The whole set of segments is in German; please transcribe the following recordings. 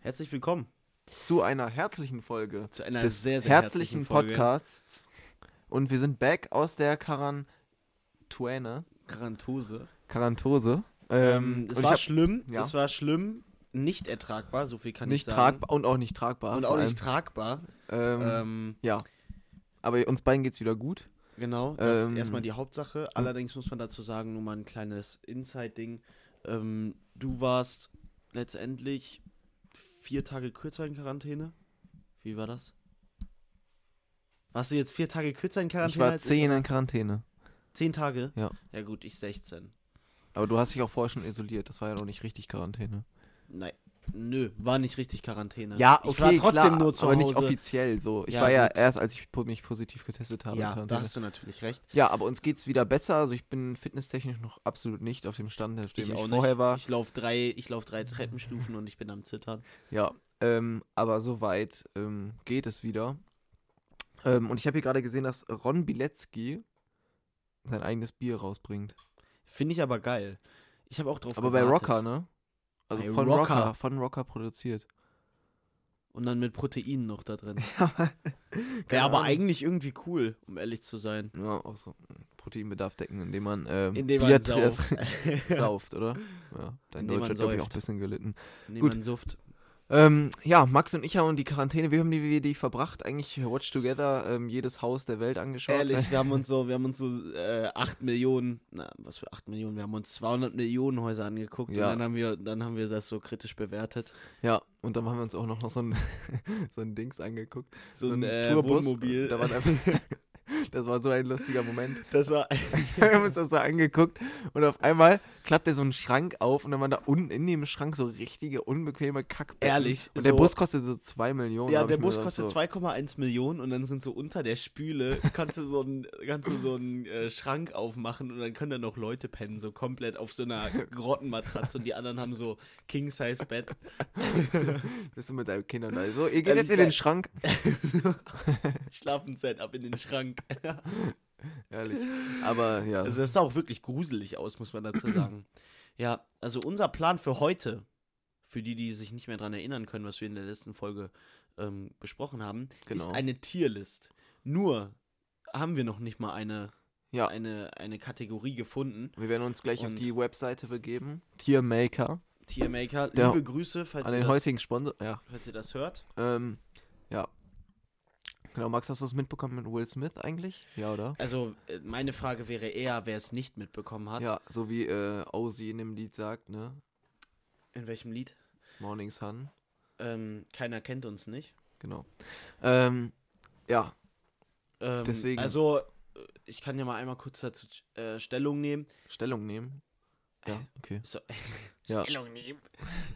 Herzlich willkommen zu einer herzlichen Folge zu einer des sehr, sehr herzlichen, herzlichen, Folge. Podcasts. Und wir sind back aus der Quarantuene. Karantose. Quarantose. Ähm, und es ich war hab schlimm, ja. es war schlimm, nicht ertragbar, so viel kann nicht ich sagen. tragbar und auch nicht tragbar. Und vor auch nicht allem. tragbar. ähm, Ähm, Ja. Aber uns beiden geht's wieder gut. genau, das ähm, ist erstmal die Hauptsache. Allerdings muss man dazu sagen, nur mal ein kleines Inside-Ding. Ähm, du warst letztendlich vier Tage kürzer in Quarantäne. Wie war das? Warst du jetzt vier Tage kürzer in Quarantäne? Ich war als zehn oder? in Quarantäne. Zehn Tage? Ja. Ja gut, ich 16. Aber du hast dich auch vorher schon isoliert. Das war ja noch nicht richtig Quarantäne. Nein. Nö, war nicht richtig Quarantäne. Ich ich war trotzdem nur zu aber Hause. nicht offiziell so. Ich Ja, war ja gut. erst, als ich po- mich positiv getestet habe. in Ja, da Quarantäne. hast du natürlich recht. ja, aber uns geht's wieder besser. Also ich bin fitnesstechnisch noch absolut nicht auf dem Stand, auf dem ich, vorher war. Ich laufe drei, ich lauf drei Treppenstufen und ich bin am Zittern. Ja, ähm, aber soweit ähm, geht es wieder. Ähm, und ich habe hier gerade gesehen, dass Ron Bilecki sein eigenes Bier rausbringt. Finde ich aber geil. Ich habe auch drauf Aber bei gewartet. Rocker, ne? Also Bei von Rocker. Rocker. von Rocker produziert. Und dann mit Proteinen noch da drin. Keine Wäre aber Ahnung. eigentlich irgendwie cool, um ehrlich zu sein. Ja, auch so Proteinbedarf decken, indem man, ähm, Indem Bier man sauft. trinkt- sauft, oder? Ja, dein Indem Deutsch man hat, glaube ich, auch ein säuft. bisschen gelitten. Indem Gut. man suft. Ähm, ja, Max und ich haben die Quarantäne, wir haben die, wir die verbracht, eigentlich Watch Together, ähm, jedes Haus der Welt angeschaut. Ehrlich, wir haben uns so, wir haben uns so äh, 8 Millionen, na, was für 8 Millionen, wir haben uns 200 Millionen Häuser angeguckt Ja. und dann haben wir, dann haben wir das so kritisch bewertet. Ja, und dann haben wir uns auch noch, noch so, ein, so ein Dings angeguckt. So ein, äh, Wohnmobil. Da waren einfach, das war so ein lustiger Moment. Das war Wir haben uns das so angeguckt und auf einmal klappt er so einen Schrank auf und dann waren da unten in dem Schrank so richtige unbequeme Kackbetten. Ehrlich, Und der so- Bus kostet so 2 Millionen. Ja, hab der ich mir Bus gedacht, kostet so. 2,1 Millionen und dann sind so unter der Spüle, kannst du so einen, kannst du so einen äh, Schrank aufmachen und dann können da noch Leute pennen, so komplett auf so einer Grottenmatratze und die anderen haben so King-Size-Bett. Bist du mit deinen Kindern da? So, ihr Ehrlich geht äh, jetzt in den geil. Schrank. Schlafen Setup halt in den Schrank. Ehrlich. Aber ja. Also das sah auch wirklich gruselig aus, muss man dazu sagen. Ja, also unser Plan für heute, für die, die sich nicht mehr daran erinnern können, was wir in der letzten Folge ähm, besprochen haben, Genau. ist eine Tierlist. Nur haben wir noch nicht mal eine, Ja. eine, eine Kategorie gefunden. wir werden uns gleich auf Und- die Webseite begeben. Tiermaker. Tiermaker, Der- liebe Grüße, falls, An ihr den das, heutigen Sponsor. Ja. falls ihr das hört. Ähm, ja. Genau, Max, hast du es mitbekommen mit Will Smith eigentlich? Ja, oder? Also äh, meine Frage wäre eher, wer es nicht mitbekommen hat. Ja, so wie äh, Ozzy in dem Lied sagt, ne? In welchem Lied? Morning Sun, Ähm, keiner kennt uns nicht. genau. Ähm, ja, Ähm, Deswegen. Also, äh, ich kann ja mal einmal kurz dazu äh, Stellung nehmen. Stellung nehmen. Ja, Äh, okay. So, Ja. Stellung nehmen.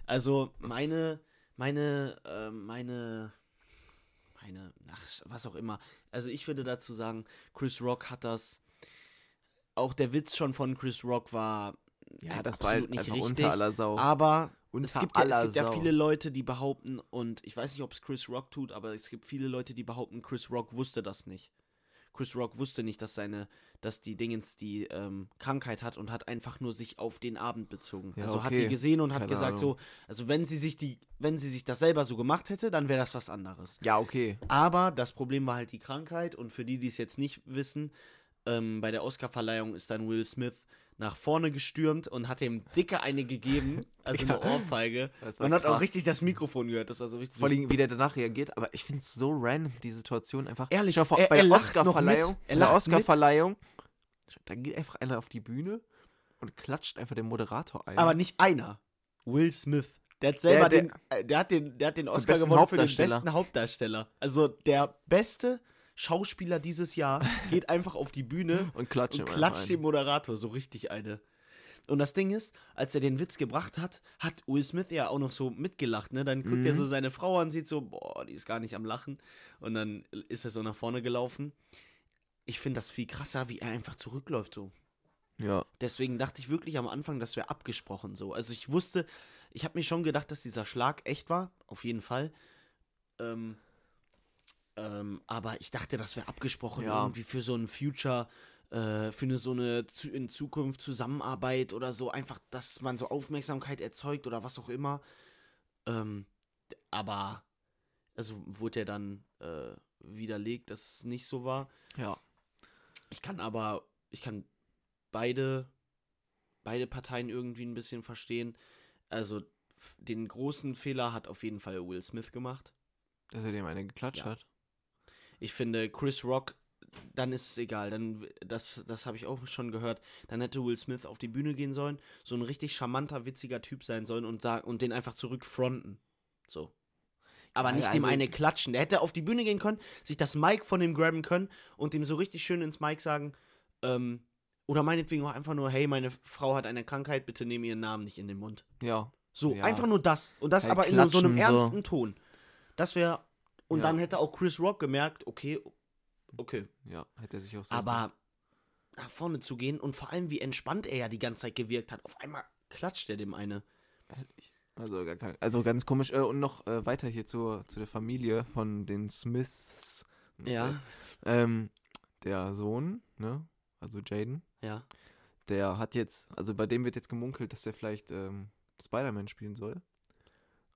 Also meine, meine, äh, meine, meine, ach, was auch immer. Also ich würde dazu sagen, Chris Rock hat das. Auch der Witz schon von Chris Rock war äh, halt unter aller Sau. aber unter Ah, es gibt, ja, es aller gibt ja Sau. viele Leute, die behaupten, und ich weiß nicht, ob es Chris Rock tut, aber es gibt viele Leute, die behaupten, Chris Rock wusste das nicht. Chris Rock wusste nicht, dass seine, dass die Dingens die ähm, Krankheit hat und hat einfach nur sich auf den Abend bezogen. Ja, also hat okay. die gesehen und hat Keine gesagt Ahnung. so, also wenn sie sich die, wenn sie sich das selber so gemacht hätte, dann wäre das was anderes. Ja, okay. Aber das Problem war halt die Krankheit und für die, die es jetzt nicht wissen, ähm, bei der Oscarverleihung ist dann Will Smith nach vorne gestürmt und hat ihm dicke eine gegeben, also eine Ohrfeige. Das war Man hat auch krass. richtig das Mikrofon gehört, das war so richtig. Vor allem, wie der danach reagiert, aber ich finde es so random, die Situation einfach. Ehrlich, Stell dir vor, er- bei er der lacht noch Oscarverleihung, mit. Er bei der lacht Oscarverleihung, da geht einfach einer auf die Bühne und klatscht einfach den Moderator ein. aber nicht einer. Will Smith. Der hat selber Der- den, äh, der hat den, der hat den Oscar besten gewonnen für den Hauptdarsteller. besten Hauptdarsteller. Also der beste Schauspieler dieses Jahr geht einfach auf die Bühne und klatscht und ihm einfach klatscht ein. dem Moderator so richtig eine. Und das Ding ist, als er den Witz gebracht hat, hat Will Smith ja auch noch so mitgelacht, ne? Dann guckt er Mhm. so seine Frau an, sieht so, boah, die ist gar nicht am Lachen. Und dann ist er so nach vorne gelaufen. Ich finde das viel krasser, wie er einfach zurückläuft so. Ja. Deswegen dachte ich wirklich am Anfang, das wäre abgesprochen so. Also ich wusste, ich habe mir schon gedacht, dass dieser Schlag echt war, auf jeden Fall. Ähm, ähm, aber ich dachte, das wäre abgesprochen Ja. irgendwie für so ein Future, äh, für eine, so eine zu, in Zukunft Zusammenarbeit oder so. Einfach, dass man so Aufmerksamkeit erzeugt oder was auch immer. Ähm, d- aber also wurde ja dann äh, widerlegt, dass es nicht so war. Ja. Ich kann aber, ich kann beide, beide Parteien irgendwie ein bisschen verstehen. Also f- den großen Fehler hat auf jeden Fall Will Smith gemacht. Dass er dem eine geklatscht Ja. hat. Ich finde, Chris Rock, dann ist es egal. Dann, w- das das habe ich auch schon gehört. Dann hätte Will Smith auf die Bühne gehen sollen, so ein richtig charmanter, witziger Typ sein sollen und, sagen, und den einfach zurückfronten. So. Aber Ja, nicht dem also- eine klatschen. Der hätte auf die Bühne gehen können, sich das Mic von dem graben können und dem so richtig schön ins Mic sagen, ähm, oder meinetwegen auch einfach nur, hey, meine Frau hat eine Krankheit, bitte nehme ihren Namen nicht in den Mund. Ja. So, Ja. einfach nur das. Und das Halt aber in so einem klatschen, so. ernsten Ton. Das wäre. Und Ja. dann hätte auch Chris Rock gemerkt, okay, okay. Ja, hätte er sich auch so. Aber nach vorne zu gehen und vor allem, wie entspannt er ja die ganze Zeit gewirkt hat. Auf einmal klatscht er dem eine. Also, gar kein, also ganz komisch. Äh, und noch äh, weiter hier zur, zu der Familie von den Smiths. Ähm, der Sohn, ne? Also Jaden, ja. der hat jetzt, also bei dem wird jetzt gemunkelt, dass der vielleicht ähm, Spider-Man spielen soll.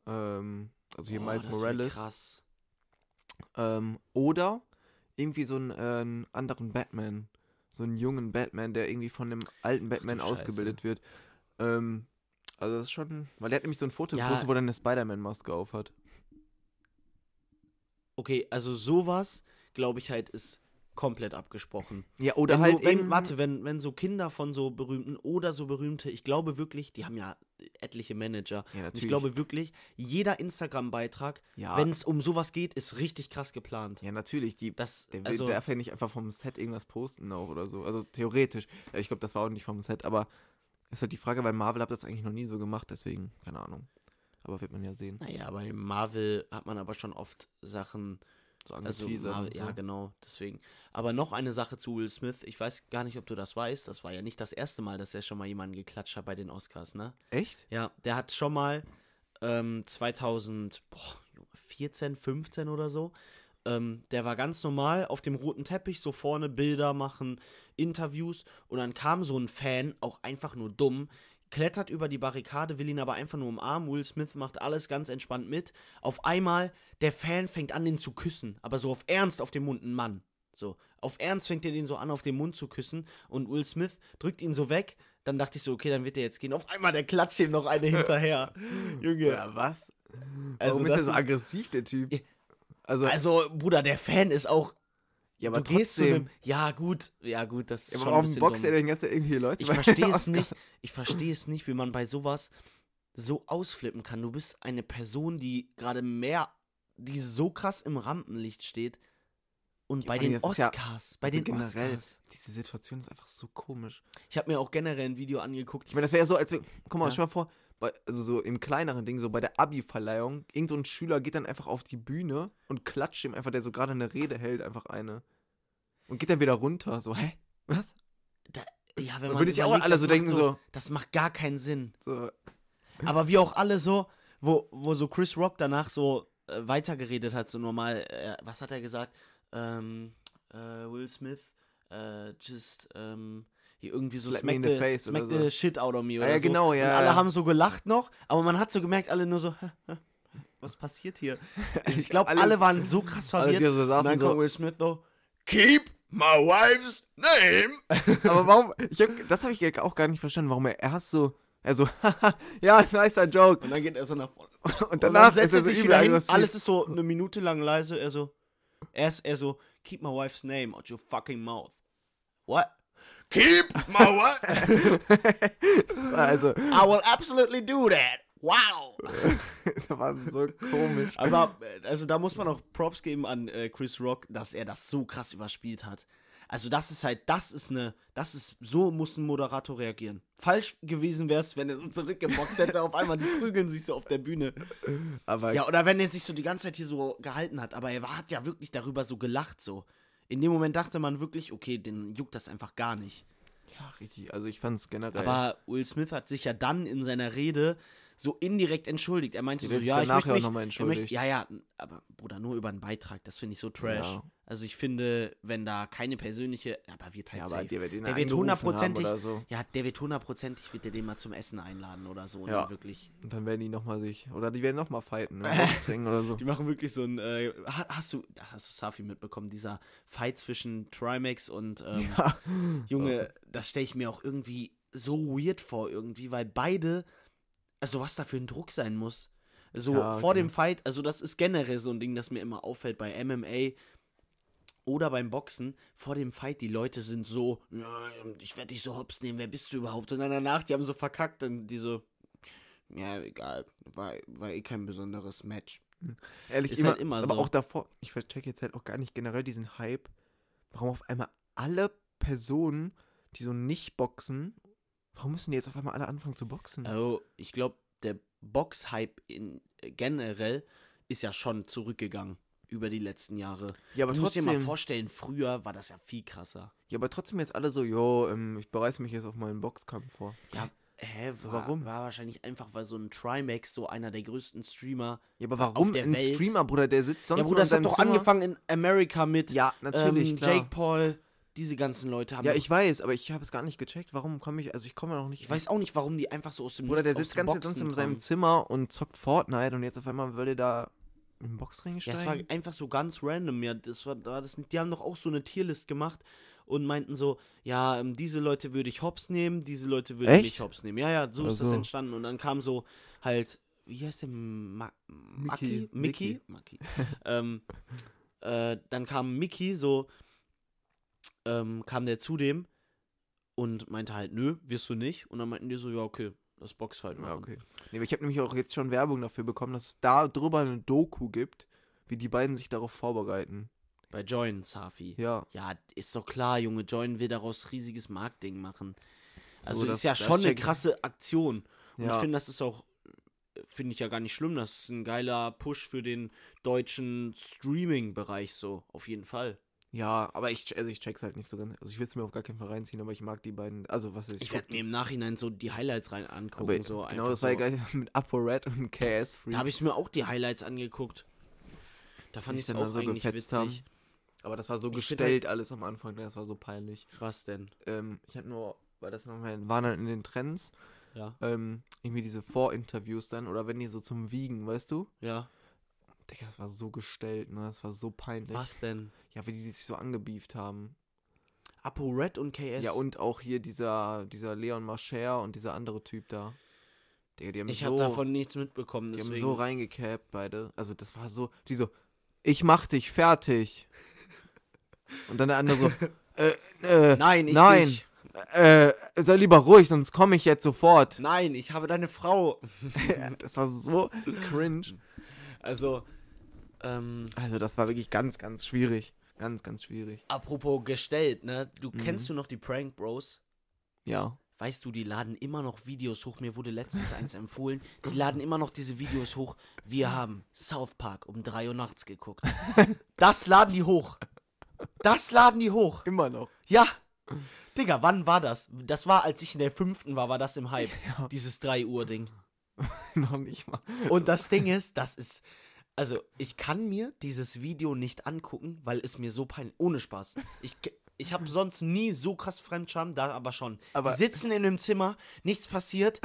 Ähm, also hier Oh, Miles das wär Morales. Krass. Ähm, oder irgendwie so einen, äh, einen anderen Batman. So einen jungen Batman, der irgendwie von dem alten Batman Scheiße. ausgebildet wird. Ähm, also das ist schon. Weil der hat nämlich so ein Foto Ja. gepostet, wo er eine Spider-Man-Maske auf hat. Okay, also sowas, glaube ich halt, ist komplett abgesprochen. Ja, oder wenn halt so, wenn, eben- warte, wenn, wenn so Kinder von so berühmten oder so berühmte, ich glaube wirklich, die haben ja etliche Manager. Ja, Und natürlich. ich glaube wirklich, jeder Instagram-Beitrag, ja, wenn es um sowas geht, ist richtig krass geplant. ja, natürlich. Die, Das, der will- also, darf ja nicht einfach vom Set irgendwas posten auch oder so. Also theoretisch. Ja, Ich glaube, das war auch nicht vom Set, aber ist halt die Frage, weil Marvel hat das eigentlich noch nie so gemacht, deswegen, keine Ahnung. Aber wird man ja sehen. naja, bei Marvel hat man aber schon oft Sachen, So also angeteasert Marvel, und so. ja genau, deswegen. Aber noch eine Sache zu Will Smith, ich weiß gar nicht, ob du das weißt, das war ja nicht das erste Mal, dass er schon mal jemanden geklatscht hat bei den Oscars, ne? Echt? Ja, der hat schon mal ähm, 2014, 15 oder so. Ähm, der war ganz normal auf dem roten Teppich, so vorne Bilder machen, Interviews. Und dann kam so ein Fan, auch einfach nur dumm, klettert über die Barrikade, will ihn aber einfach nur umarmen. Will Smith macht alles ganz entspannt mit. Auf einmal, der Fan fängt an, den zu küssen. Aber so auf Ernst auf dem Mund, ein Mann. So, auf Ernst fängt er den so an, auf den Mund zu küssen. Und Will Smith drückt ihn so weg. Dann dachte ich so, okay, dann wird er jetzt gehen. Auf einmal, der klatscht ihm noch eine hinterher. Junge. Ja, was? also, Warum ist das er so ist- aggressiv, der Typ? Ja. Also, also, Bruder, der Fan ist auch. ja, du gehst zu einem. Ja, gut. Ja, gut, das ist ja, aber schon ein warum bisschen boxt dumm. er denn ganze Zeit irgendwie Leute? Ich bei den verstehe es nicht. Oscars? Ich verstehe es nicht, wie man bei sowas so ausflippen kann. Du bist eine Person, die gerade mehr, die so krass im Rampenlicht steht. Und Ja, bei vor allem, den das ist ja- Oscars, bei also den generell. Oscars. Diese Situation ist einfach so komisch. Ich habe mir auch generell ein Video angeguckt. Ich meine, das wäre ja so, als wenn, guck mal, Ja. stell mal vor, bei, also so im kleineren Ding, so bei der Abi-Verleihung, irgend so ein Schüler geht dann einfach auf die Bühne und klatscht ihm einfach, der so gerade eine Rede hält, einfach eine. Und geht dann wieder runter, so, hä? Was? Ja, wenn Dann man würde ich auch überlegt, alle das so macht denken, so, Das macht gar keinen Sinn. so, Aber wie auch alle so, wo, wo so Chris Rock danach so äh, weitergeredet hat, so normal, äh, was hat er gesagt? Ähm, äh, Will Smith, äh, just, ähm, hier irgendwie so Slap me in the face smack oder so. the shit out of me Ja, oder ja, so. genau, ja, Und alle ja. haben so gelacht noch, aber man hat so gemerkt, alle nur so, was passiert hier? Also ich glaube, alle, waren so krass alle, verwirrt. die so und dann saßen, kommt so, Will Smith noch, Keep my wife's name. Aber warum? Ich hab, das habe ich ja auch gar nicht verstanden, warum er erst so. Er so, ja, nicer Joke. und dann geht er so nach vorne. Und Und danach dann ist er so sich übel wieder hin, aggressiv. alles ist so eine Minute lang leise, er so, er, ist, er so, keep my wife's name out your fucking mouth. What? Keep my wife. also, I will absolutely do that. Wow. das war so komisch. Aber, äh, also da muss man auch Props geben an äh, Chris Rock, dass er das so krass überspielt hat. Also das ist halt, das ist eine, das ist, so muss ein Moderator reagieren. Falsch gewesen wäre es, wenn er so zurückgeboxt hätte, auf einmal, die prügeln sich so auf der Bühne. Aber Ja, oder wenn er sich so die ganze Zeit hier so gehalten hat, aber er war- hat ja wirklich darüber so gelacht, so. In dem Moment dachte man wirklich, okay, den juckt das einfach gar nicht. ja, richtig. Also, ich fand es generell. Aber Will Smith hat sich ja dann in seiner Rede so indirekt entschuldigt. Er meinte Die so, wird sich ja, ich danach möchte ja auch mich, noch mal er entschuldigt. Möchte, ja, ja, aber Bruder, nur über einen Beitrag, das finde ich so trash. Ja. Also ich finde, wenn da keine persönliche, aber wir Ja, teilen aber safe. die wird ihn Der wird angerufen haben hundertprozentig- oder so. Ja, der wird hundertprozentig, wird der den mal zum Essen einladen oder so. Und Ja. dann wirklich. Und dann werden die nochmal sich. Oder die werden nochmal fighten. ne? Box trinken oder so. Die machen wirklich so ein, äh, ha- hast du, hast du Safi mitbekommen, dieser Fight zwischen Trimax und, ähm, Ja. Junge, das stelle ich mir auch irgendwie so weird vor irgendwie, weil beide, also was da für ein Druck sein muss. So Ja, vor okay. dem Fight, also das ist generell so ein Ding, das mir immer auffällt bei MMA oder beim Boxen, vor dem Fight, die Leute sind so, "Ja, ich werde dich so hops nehmen, wer bist du überhaupt? Und dann danach, die haben so verkackt und die so, ja, egal, war, war eh kein besonderes Match. Ehrlich, Ist immer, halt immer aber so. auch davor, ich verstehe jetzt halt auch gar nicht generell diesen Hype, warum auf einmal alle Personen, die so nicht boxen, warum müssen die jetzt auf einmal alle anfangen zu boxen? Also, ich glaube, der Box-Hype in äh, generell ist ja schon zurückgegangen über die letzten Jahre. ja, Aber du musst dir mal vorstellen, früher war das ja viel krasser. ja, aber trotzdem jetzt alle so, yo, ähm, ich bereite mich jetzt auf meinen Boxkampf vor. Ja, hä, war, Also warum? War wahrscheinlich einfach, weil so ein Trimax, so einer der größten Streamer. Ja, aber warum der ein Welt. Streamer, Bruder, der sitzt sonst ja, nur Bruder, das in hat seinem doch Zimmer? angefangen in Amerika mit Ja, natürlich, ähm, klar. Jake Paul, diese ganzen Leute haben. ja, doch- ich weiß, aber ich habe es gar nicht gecheckt. Warum komme ich, also ich komme noch nicht. ich weiß auch nicht, warum die einfach so aus dem Bruder, der Nichts sitzt aus dem ganz sonst Boxen in seinem kommen. Zimmer und zockt Fortnite und jetzt auf einmal will der da in den Boxring Ja, steigen. es war einfach so ganz random. Ja, das war, war das, die haben doch auch so eine Tierlist gemacht und meinten so, ja, ähm, diese Leute würde ich hops nehmen, diese Leute würde ich Echt? nicht hops nehmen. Ja, ja, so ist das Also. entstanden. Und dann kam so halt, wie heißt der? Ma Maki? Mickey. Mickey? Maki. ähm, äh, dann kam Mickey, so ähm, kam der zu dem und meinte halt, nö, wirst du nicht. Und dann meinten die so, ja, okay, das Boxfight machen. Ja, Ah, okay. Nee, aber ich habe nämlich auch jetzt schon Werbung dafür bekommen, dass es da drüber eine Doku gibt, wie die beiden sich darauf vorbereiten. Bei Join, Safi. Ja. Ja, ist doch klar, Junge. Join will daraus riesiges Marktding machen. Also So, ist das- ja das schon eine check ich. krasse Aktion. Und ich Ja. finde, das ist auch, finde ich ja gar nicht schlimm. Das ist ein geiler Push für den deutschen Streaming-Bereich so. Auf jeden Fall. Ja, aber ich, also ich check's halt nicht so ganz. Also ich will es mir auf gar keinen Fall reinziehen, aber ich mag die beiden. Also was ist Ich werde mir im Nachhinein so die Highlights rein angucken. aber, so Genau, das war so. ja gleich mit ApoRed und KS Free. Da habe ich mir auch die Highlights angeguckt. Da fand sich ich es dann auch da so eigentlich gefetzt witzig. haben. aber das war so Ich find halt gestellt alles am Anfang, ne? das war so peinlich. Was denn? Ähm, ich habe nur, weil das noch mal- war dann in den Trends, Ja. ähm, irgendwie diese Vorinterviews dann oder wenn die so zum Wiegen, weißt du? Ja. Digga, das war so gestellt, ne? Das war so peinlich. Was denn? Ja, wie die sich so angebieft haben. Apo Red und KS. Ja, und auch hier dieser, dieser Leon Marcher und dieser andere Typ da. Digga, die haben Ich so, habe davon nichts mitbekommen. die Deswegen. haben so reingecapt, beide. Also das war so, die so, ich mach dich fertig. Und dann der andere so, äh, äh, Nein, ich Nein. Nicht. äh, sei lieber ruhig, sonst komme ich jetzt sofort. Nein, ich habe deine Frau. das war so cringe. Also, ähm, Also das war wirklich ganz, ganz schwierig. Ganz, ganz schwierig. apropos gestellt, ne? Du kennst du noch die Prank Bros? Ja. Weißt du, die laden immer noch Videos hoch. Mir wurde letztens eins empfohlen. Die laden immer noch diese Videos hoch. Wir haben South Park um 3 Uhr nachts geguckt. Das laden die hoch. Das laden die hoch. Immer noch. Ja. Digga, wann war das? Das war, als ich in der fünften war, war das im Hype. Dieses 3 Uhr Ding. noch nicht mal. Und das Ding ist, das ist. Also, ich kann mir dieses Video nicht angucken, weil es mir so peinlich. Ohne Spaß. Ich, ke- ich habe sonst nie so krass Fremdscham, da aber schon. Aber- die sitzen in einem Zimmer, nichts passiert.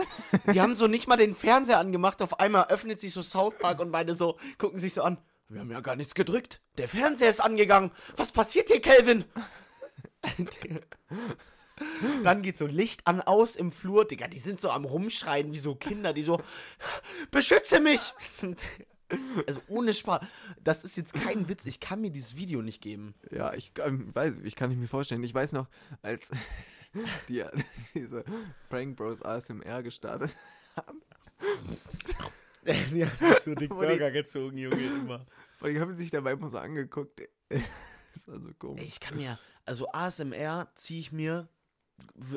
Die haben so nicht mal den Fernseher angemacht. Auf einmal öffnet sich so South Park und beide so gucken sich so an. Wir haben ja gar nichts gedrückt. Der Fernseher ist angegangen. Was passiert hier, Kelvin? Dann geht so Licht an, aus im Flur. Digga, die sind so am Rumschreien wie so Kinder, die so, beschütze mich! also ohne Spaß. Das ist jetzt kein Witz. Ich kann mir dieses Video nicht geben. Ja, ich, ähm, weiß, ich kann nicht mir vorstellen. Ich weiß noch, als die diese Prank Bros ASMR gestartet die haben so dick Burger gezogen, Junge, immer. und die haben sich dabei immer so angeguckt. Das war so komisch. Ich kann mir, also ASMR ziehe ich mir,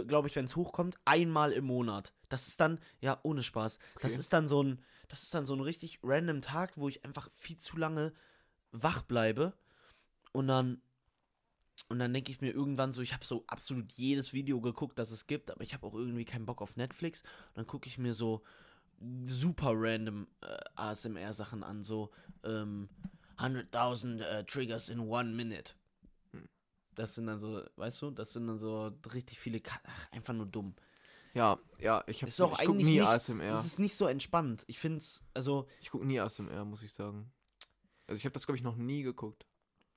glaube ich, wenn es hochkommt, einmal im Monat. Das ist dann, ja, ohne Spaß. Das Okay. ist dann so ein, das ist dann so ein richtig random Tag, wo ich einfach viel zu lange wach bleibe und dann und dann denke ich mir irgendwann so, ich habe so absolut jedes Video geguckt, das es gibt, aber ich habe auch irgendwie keinen Bock auf Netflix. Und dann gucke ich mir so super random äh, ASMR-Sachen an, so ähm, 100.000 äh, Triggers in one minute. Hm. Das sind dann so, weißt du, das sind dann so richtig viele, Ka ach, einfach nur dumm. Ja, ja, ich, hab, Ist auch ich guck eigentlich nie nicht- ASMR. Es ist nicht so entspannt. Ich find's, also, Ich gucke nie ASMR, muss ich sagen. Also ich habe das, glaube ich, noch nie geguckt.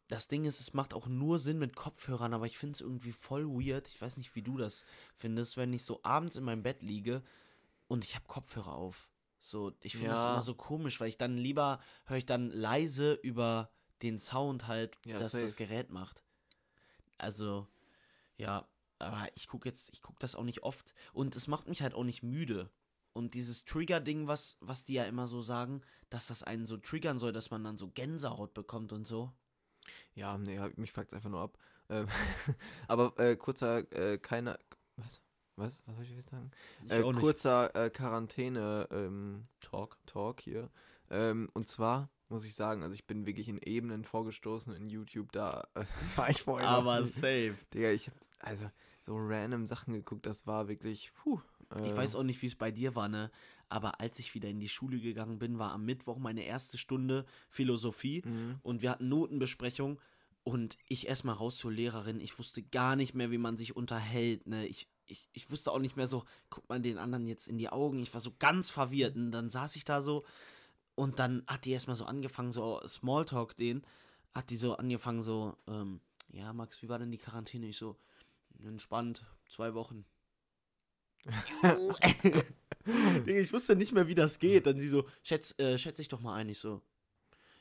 das Ding ist, es macht auch nur Sinn mit Kopfhörern, aber ich find's irgendwie voll weird. Ich weiß nicht, wie du das findest, wenn ich so abends in meinem Bett liege und ich hab Kopfhörer auf. So, ich finde das Ja. immer so komisch, weil ich dann lieber höre ich dann leise über den Sound halt, Ja, dass das safe. Gerät macht. Also, ja, aber ich gucke jetzt, ich gucke das auch nicht oft und es macht mich halt auch nicht müde. Und dieses Trigger-Ding, was, was die ja immer so sagen, dass das einen so triggern soll, dass man dann so Gänsehaut bekommt und so. Ja, nee, hab- mich fuckt's einfach nur ab. Ähm, aber äh, kurzer, äh, keiner. Was? Was? Was soll ich jetzt sagen? Äh, kurzer äh, Quarantäne-Talk Talk. hier. Ähm, und zwar muss ich sagen, also ich bin wirklich in Ebenen vorgestoßen in YouTube, da äh, war ich vorher. noch Aber nie. safe. Digga, ich hab also so random Sachen geguckt, das war wirklich. Puh, Ich äh, weiß auch nicht, wie es bei dir war, ne? Aber als ich wieder in die Schule gegangen bin, war am Mittwoch meine erste Stunde Philosophie mhm. und wir hatten Notenbesprechung und ich erstmal raus zur Lehrerin. Ich wusste gar nicht mehr, wie man sich unterhält, ne? Ich, ich, ich wusste auch nicht mehr so, guckt man den anderen jetzt in die Augen. Ich war so ganz verwirrt und dann saß ich da so und dann hat die erstmal so angefangen, so Smalltalk den, hat die so angefangen, so, ähm, ja, Max, wie war denn die Quarantäne? Ich so, entspannt, zwei Wochen. Digga, ich wusste nicht mehr, wie das geht. Dann sie so, schätz, äh, schätze ich doch mal ein. Ich so,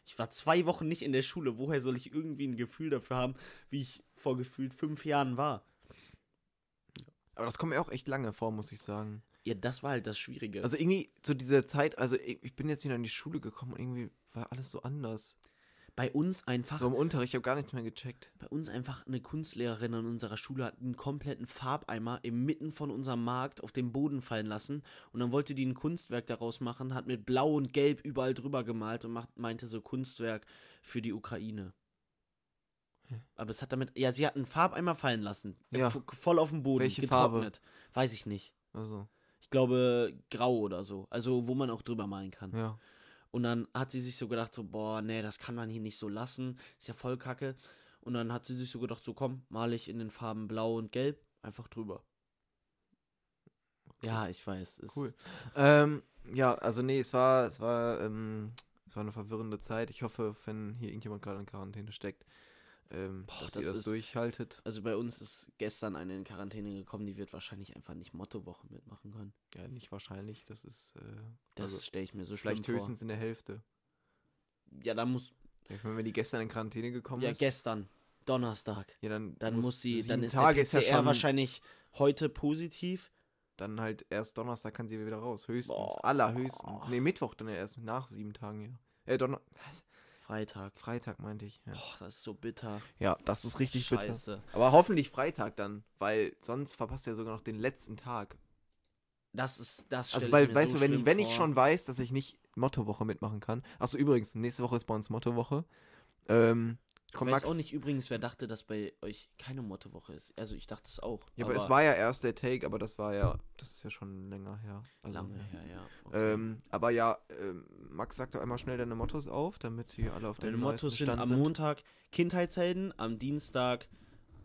ich war zwei Wochen nicht in der Schule. Woher soll ich irgendwie ein Gefühl dafür haben, wie ich vor gefühlt fünf Jahren war? Aber das kommt mir auch echt lange vor, muss ich sagen. Ja, das war halt das Schwierige. Also irgendwie zu dieser Zeit, also ich ich bin jetzt wieder in die Schule gekommen und irgendwie war alles so anders. bei uns einfach, So im Unterricht, ich habe gar nichts mehr gecheckt. bei uns einfach eine Kunstlehrerin an unserer Schule hat einen kompletten Farbeimer inmitten von unserem Markt auf den Boden fallen lassen und dann wollte die ein Kunstwerk daraus machen, hat mit Blau und Gelb überall drüber gemalt und macht, meinte so Kunstwerk für die Ukraine. Hä? Aber es hat damit, ja, sie hat einen Farbeimer fallen lassen, äh, Hm. Ja. vo- voll auf dem Boden, Welche Farbe? getrocknet. Weiß ich nicht. Also, ich glaube, grau oder so. Also, wo man auch drüber malen kann. ja. Und dann hat sie sich so gedacht, so, boah, nee, das kann man hier nicht so lassen. Ist ja voll kacke. Und dann hat sie sich so gedacht, so, komm, male ich in den Farben blau und gelb einfach drüber. Ja, ich weiß. Ist Cool. Ähm, ja, also nee, es war, es war, ähm, es war eine verwirrende Zeit. Ich hoffe, wenn hier irgendjemand gerade in Quarantäne steckt, ähm, Boah, dass das ihr das ist- durchhaltet. Also bei uns ist gestern eine in Quarantäne gekommen, die wird wahrscheinlich einfach nicht Mottowoche mitmachen können. Ja, nicht wahrscheinlich, das ist äh, Das also, stelle ich mir so schlecht vielleicht vor. höchstens in der Hälfte. Ja, dann muss. Ja, ich meine, wenn die gestern in Quarantäne gekommen Ja, ist, gestern. Donnerstag. ja, dann, Dann muss muss sie, sieben dann ist Tage der ist ja PCR schon- wahrscheinlich heute positiv. dann halt erst Donnerstag kann sie wieder raus. Höchstens. Boah. Allerhöchstens. Nee, Mittwoch dann ja erst nach sieben Tagen, ja. Äh, Donner Was? Freitag. Freitag meinte ich. Ja, Boah, das ist so bitter. ja das ist richtig bitter. Scheiße. Aber hoffentlich Freitag dann, weil sonst verpasst ihr sogar noch den letzten Tag. Das ist das. Also, stell ich weil, mir weißt so du, wenn, ich, schlimm wenn ich vor. schon weiß, dass ich nicht Mottowoche mitmachen kann. Achso, übrigens, nächste Woche ist bei uns Mottowoche. Ähm, Ich komm, weiß Max. auch nicht übrigens, wer dachte, dass bei euch keine Mottowoche ist. Also ich dachte es auch. Ja, aber, es war ja erst der Take, aber das war ja, das ist ja schon länger her. Also, lange her, ja. Okay. Ähm, aber ja, ähm, Max, sag doch einmal schnell deine Mottos auf, damit die alle auf Deine dem neuesten Mottos sind Stand am Montag Kindheitshelden, am Dienstag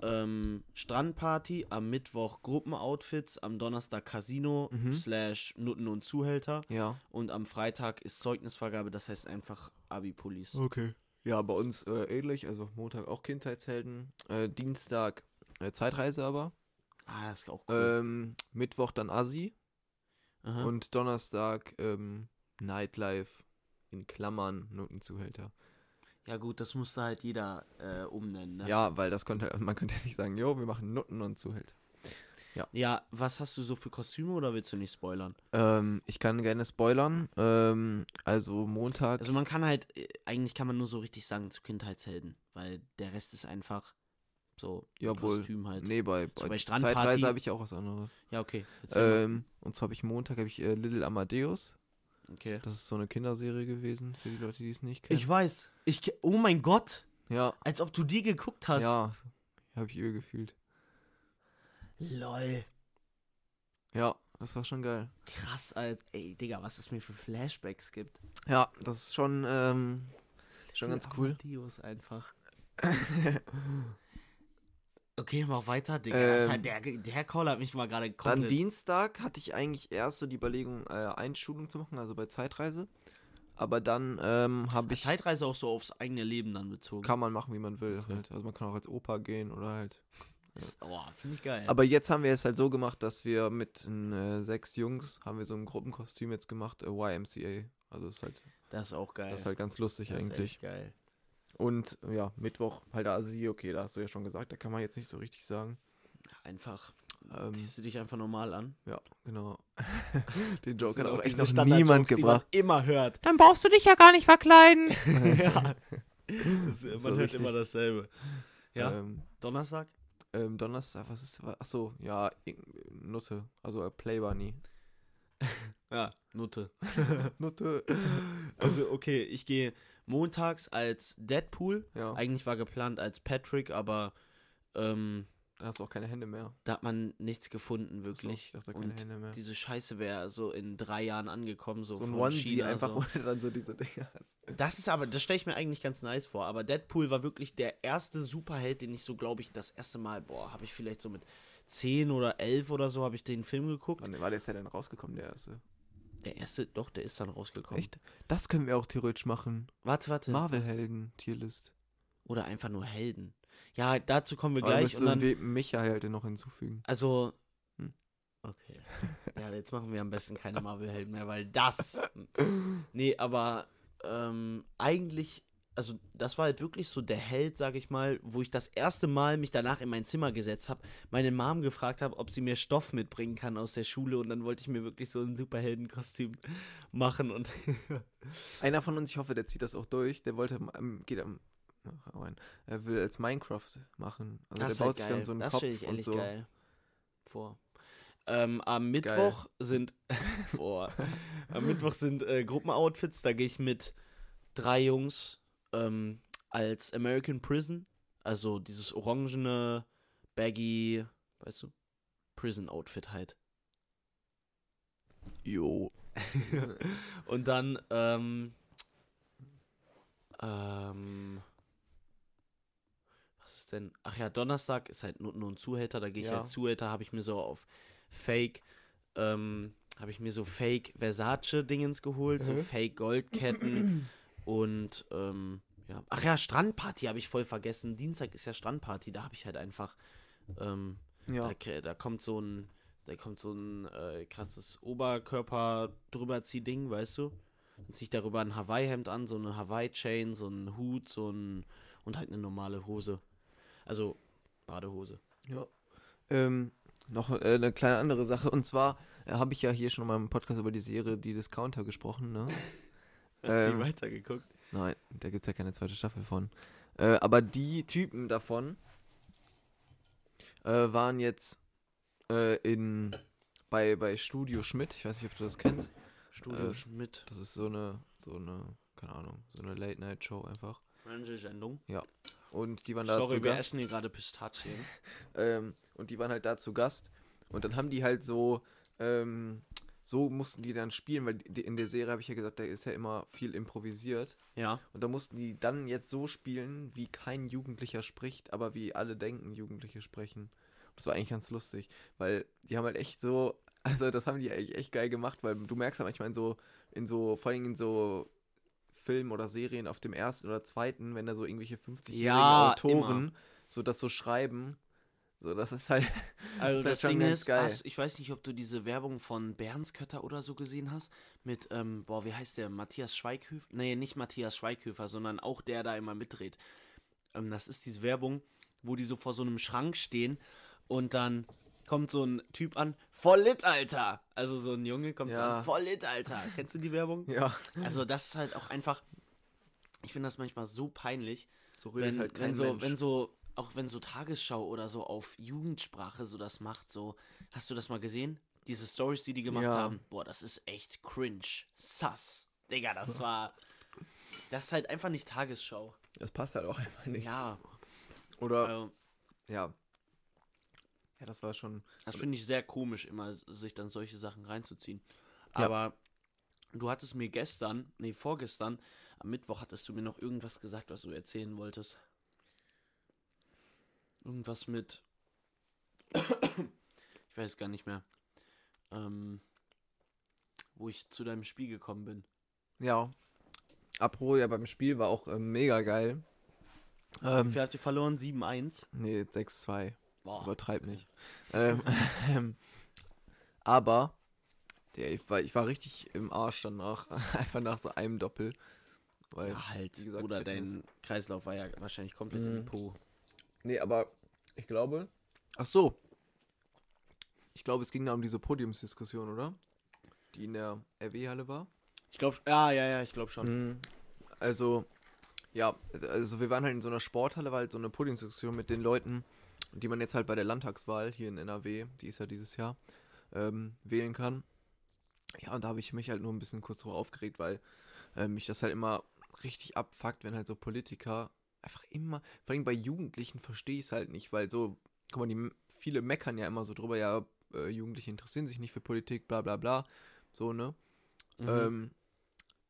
ähm, Strandparty, am Mittwoch Gruppenoutfits, am Donnerstag Casino Mhm. slash Nutten und Zuhälter Ja. und am Freitag ist Zeugnisvergabe, das heißt einfach Abi-Pullis. Okay. Ja, bei uns äh, ähnlich, also Montag auch Kindheitshelden, äh, Dienstag äh, Zeitreise aber, Ah, das ist auch cool. ähm, Mittwoch dann Assi Aha. und Donnerstag ähm, Nightlife in Klammern Notenzuhälter. ja gut, das musste halt jeder äh, umnennen. Ne? Ja, weil das konnte, man könnte ja nicht sagen, jo, wir machen Nutten und Zuhälter. Ja, was hast du so für Kostüme oder willst du nicht spoilern? Ähm, ich kann gerne spoilern, ähm, also Montag, Also man kann halt, äh, eigentlich kann man nur so richtig sagen zu Kindheitshelden, weil der Rest ist einfach so Jawohl. Kostüm halt. nee, bei, bei, bei Strandparty- Zeitreise habe ich auch was anderes. Ja, okay. erzähl Ähm, und zwar habe ich Montag habe ich äh, Little Amadeus. mal. okay. Das ist so eine Kinderserie gewesen für die Leute, die es nicht kennen. Ich weiß. Ich, ke- oh mein Gott, ja, als ob du die geguckt hast. ja, habe ich übel gefühlt. Lol. Ja, das war schon geil. Krass, Alter. Ey, Digga, was es mir für Flashbacks gibt. Ja, das ist schon. Ähm, Schon ganz cool. Amadeus einfach. Okay, mach weiter, Digga. Ähm, das hat der, der Call hat mich mal gerade Dann komplett... Dienstag hatte ich eigentlich erst so die Überlegung, äh, Einschulung zu machen, also bei Zeitreise. Aber dann ähm, habe Bei ich. Zeitreise auch so aufs eigene Leben dann bezogen. Kann man machen, wie man will. Okay. Halt. Also man kann auch als Opa gehen oder halt. Das- Oh, finde ich geil. Aber jetzt haben wir es halt so gemacht, dass wir mit äh, sechs Jungs haben wir so ein Gruppenkostüm jetzt gemacht, äh, YMCA. Also ist halt, das ist auch geil. das ist halt ganz lustig Das ist eigentlich. echt geil. Und ja, Mittwoch halt Asi, okay, da hast du ja schon gesagt, da kann man jetzt nicht so richtig sagen. Einfach, Ähm, ziehst du dich einfach normal an. ja, genau. Den Das Joke sind hat auch echt diese noch Standard-Jokes, niemand die man gebracht. immer hört. Dann brauchst du dich ja gar nicht verkleiden. ja. Das, man So hört richtig. immer dasselbe. Ja, Ähm, Donnerstag? ähm, Donnerstag, was ist, achso, ja, irgend- Nutte, also äh, Play Bunny. Ja, Nutte. Nutte. Also, okay, ich gehe montags als Deadpool. Ja, Eigentlich war geplant als Patrick, aber ähm, dann hast du auch keine Hände mehr. da hat man nichts gefunden, Achso, wirklich. ich dachte, keine Und Hände mehr. Diese Scheiße wäre so in drei Jahren angekommen, so, so ein von Onesie China, einfach, so. wo du dann so diese Dinger hast. Das ist aber, das stelle ich mir eigentlich ganz nice vor. Aber Deadpool war wirklich der erste Superheld, den ich so, glaube ich, das erste Mal, boah, habe ich vielleicht so mit 10 oder 11 oder so, habe ich den Film geguckt. Wann war der ist ja denn rausgekommen, der erste? Der erste, doch, der ist dann rausgekommen. Das können wir auch theoretisch machen. Warte, warte. Marvel-Helden, Tierlist. Oder einfach nur Helden. Ja, dazu kommen wir Aber da gleich. müsstest Und du dann, We- Michael den noch hinzufügen. also. Hm. Okay. Ja, jetzt machen wir am besten keine Marvel-Helden mehr, weil das. Nee, aber ähm, eigentlich, also das war halt wirklich so der Held, sag ich mal, wo ich das erste Mal mich danach in mein Zimmer gesetzt habe, meine Mom gefragt habe, ob sie mir Stoff mitbringen kann aus der Schule und dann wollte ich mir wirklich so ein Superheldenkostüm machen und Einer von uns, ich hoffe, der zieht das auch durch, der wollte, ähm, geht am, ach, rein, er will als Minecraft machen. Also das der halt baut sich geil. dann so einen das Kopf stelle ich und ehrlich so. geil vor. Ähm, am Mittwoch sind vor. Am Mittwoch sind äh, Gruppenoutfits, da gehe ich mit drei Jungs ähm, als American Prison, also dieses orangene baggy, weißt du, Prison Outfit halt. Jo. Und dann ähm, ähm was ist denn? Ach ja, Donnerstag ist halt nur, nur ein Zuhälter, da gehe ich Ja. als Zuhälter, habe ich mir so auf Fake ähm habe ich mir so Fake Versace Dingens geholt, so Mhm. Fake Goldketten und ähm ja, ach ja, Strandparty habe ich voll vergessen. Dienstag ist ja Strandparty, da habe ich halt einfach ähm Ja. da, krie- da kommt so ein, da kommt so ein äh, krasses Oberkörper drüberzieh Ding, weißt du? Und sich darüber ein Hawaii-Hemd an, so eine Hawaii-Chain, so einen Hut, so ein und halt eine normale Hose. Also Badehose. Ja. Ähm, noch äh, eine kleine andere Sache. Und zwar äh, habe ich ja hier schon mal im Podcast über die Serie Die Discounter gesprochen, ne? Hast du Ähm. die weitergeguckt? Nein, da gibt es ja keine zweite Staffel von. Äh, aber die Typen davon äh, waren jetzt äh, in bei, bei Studio Schmidt. Ich weiß nicht, ob du das kennst. Studio Äh. Schmidt. Das ist so eine, so eine, keine Ahnung, so eine Late-Night-Show einfach. Orange Sendung. Und die waren da zu Sorry, wir Gast. essen hier gerade Pistazien. Ähm, und die waren halt da zu Gast. Und dann haben die halt so, ähm, so mussten die dann spielen, weil die, in der Serie habe ich ja gesagt, da ist ja immer viel improvisiert. Ja. Und da mussten die dann jetzt so spielen, wie kein Jugendlicher spricht, aber wie alle denken, Jugendliche sprechen. Das war eigentlich ganz lustig, weil die haben halt echt so, also das haben die eigentlich echt geil gemacht, weil du merkst ja manchmal in so, in so, vor allem in so Filmen oder Serien auf dem ersten oder zweiten, wenn da so irgendwelche 50-jährigen Ja, Autoren immer. so das so schreiben. So, das ist halt. Also Das das, ist halt Ding schon ganz ist, geil. hast, ich weiß nicht, ob du diese Werbung von Bernskötter oder so gesehen hast, mit, ähm, boah, wie heißt der, Matthias Schweighöfer? Nee, nicht Matthias Schweighöfer, sondern auch der da immer mitdreht. Ähm, das ist diese Werbung, wo die so vor so einem Schrank stehen und dann kommt so ein Typ an, voll lit, Alter! Also so ein Junge kommt so Ja. an, voll lit, Alter! Kennst du die Werbung? Ja. Also das ist halt auch einfach, ich finde das manchmal so peinlich, So redet wenn, halt kein wenn so, Mensch. wenn so, auch wenn so Tagesschau oder so auf Jugendsprache so das macht, so, hast du das mal gesehen? Diese Stories, die die gemacht Ja. haben, boah, das ist echt cringe, sass, Digga, das war, das ist halt einfach nicht Tagesschau. das passt halt auch einfach nicht. Ja, Oder, also, ja. Ja, das war schon. das finde ich sehr komisch, immer sich dann solche Sachen reinzuziehen. Aber du hattest mir gestern, nee, vorgestern, Am Mittwoch hattest du mir noch irgendwas gesagt, was du erzählen wolltest. Irgendwas mit. ich weiß gar nicht mehr. Ähm, wo ich zu deinem Spiel gekommen bin. Ja. Apro, ja, beim Spiel war auch ähm, mega geil. Ähm, Wer hat die verloren? 7-1. nee, 6-2. Boah. Übertreib nicht. ähm, ähm, aber der, ich, war, ich war richtig im Arsch danach. Einfach nach so einem Doppel. Weil, Ja, halt. wie gesagt, Oder Fitness. dein Kreislauf war ja wahrscheinlich komplett Mhm. im Po. Nee, aber ich glaube. Ach so. Ich glaube, es ging da um diese Podiumsdiskussion, oder? Die in der RW-Halle war. Ich glaube, ja, ja, ja, ich glaube schon. Mhm. Also, ja, also wir waren halt in so einer Sporthalle, war halt so eine Podiumsdiskussion mit den Leuten, die man jetzt halt bei der Landtagswahl hier in NRW, die ist ja dieses Jahr, ähm, wählen kann. Ja, und da habe ich mich halt nur ein bisschen kurz drüber aufgeregt, weil äh, mich das halt immer richtig abfuckt, wenn halt so Politiker einfach immer, vor allem bei Jugendlichen verstehe ich es halt nicht, weil so, guck mal, die m- viele meckern ja immer so drüber, ja, äh, Jugendliche interessieren sich nicht für Politik, bla bla bla, so, ne? Mhm. Ähm,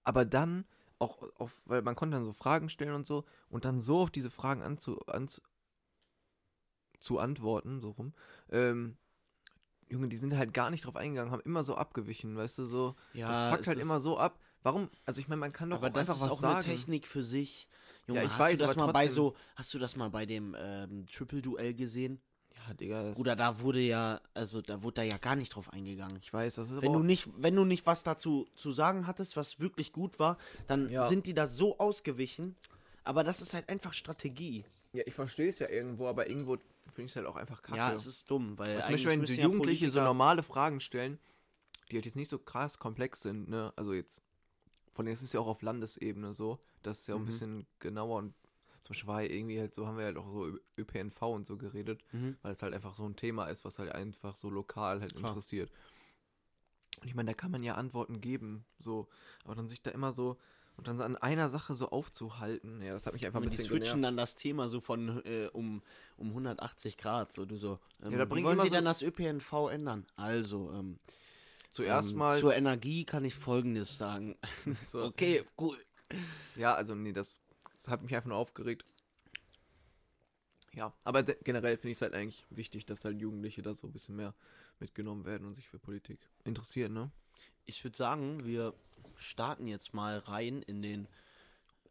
aber dann auch auf, weil man konnte dann so Fragen stellen und so und dann so auf diese Fragen anzu, anzu, zu antworten, so rum. Ähm, Junge, die sind halt gar nicht drauf eingegangen, haben immer so abgewichen, weißt du, so. ja, das fuckt es halt ist- immer so ab. Warum? Also ich meine, man kann doch aber auch das einfach ist was auch sagen. eine Technik für sich. Junge, ich hast weiß, du das aber mal bei trotzdem- so, hast du das mal bei dem ähm, Triple-Duell gesehen? Ja, Digga, das, Bruder, da wurde ja, also da wurde da ja gar nicht drauf eingegangen. ich weiß, das ist Wenn aber du auch, nicht, wenn du nicht was dazu zu sagen hattest, was wirklich gut war, dann Ja. sind die da so ausgewichen. Aber das ist halt einfach Strategie. Ja, ich verstehe es ja irgendwo, aber irgendwo finde ich es halt auch einfach kacke. Ja, es ist dumm, weil Also zum Äh, eigentlich Beispiel, wenn müssen so ja Jugendliche so Politiker- normale Fragen stellen, die halt jetzt nicht so krass komplex sind, ne? Also jetzt, von denen ist es ja auch auf Landesebene so, das ist ja auch ein Mhm. bisschen genauer und zum Beispiel war ja irgendwie halt so, haben wir halt auch so über ÖPNV und so geredet, Mhm. weil es halt einfach so ein Thema ist, was halt einfach so lokal halt Klar. interessiert. Und ich meine, da kann man ja Antworten geben, so, aber dann sich da immer so und dann an einer Sache so aufzuhalten, ja, das hat mich einfach ein Und die bisschen switchen genervt. dann das Thema so von äh, um, um 180 Grad, so du so. Ähm, Ja, da bringen wie die wollen immer sie so- dann das ÖPNV ändern? Also, ähm, Zuerst ähm, mal zur Energie kann ich folgendes sagen. so, Okay, cool. Ja, also nee, das, das hat mich einfach nur aufgeregt. Ja, aber de- generell finde ich es halt eigentlich wichtig, dass halt Jugendliche da so ein bisschen mehr mitgenommen werden und sich für Politik interessieren, ne? Ich würde sagen, wir starten jetzt mal rein in den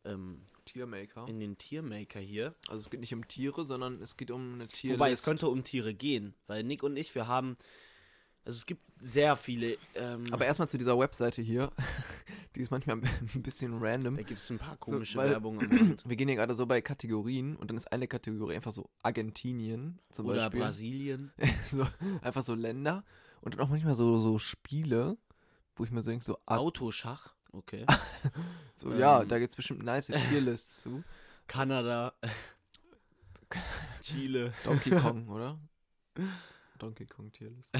ähm, Tiermaker. in den Tiermaker hier. Also es geht nicht um Tiere, sondern es geht um eine Tierlist. Wobei es könnte um Tiere gehen, weil Nick und ich, wir haben, also es gibt sehr viele. Ähm, Aber erstmal zu dieser Webseite hier. Die ist manchmal ein bisschen random. da gibt es ein paar komische weil- Werbung am Rand. Wir gehen hier gerade so bei Kategorien und dann ist eine Kategorie einfach so Argentinien zum Oder Beispiel. Brasilien. so, einfach so Länder und dann auch manchmal so, so Spiele, wo ich mir so denke, so ah, Autoschach. Okay. So, ja, Ähm. da gibt es bestimmt nice Tierlists zu. Kanada. Chile. Donkey Kong, oder? Donkey Kong Tierlist.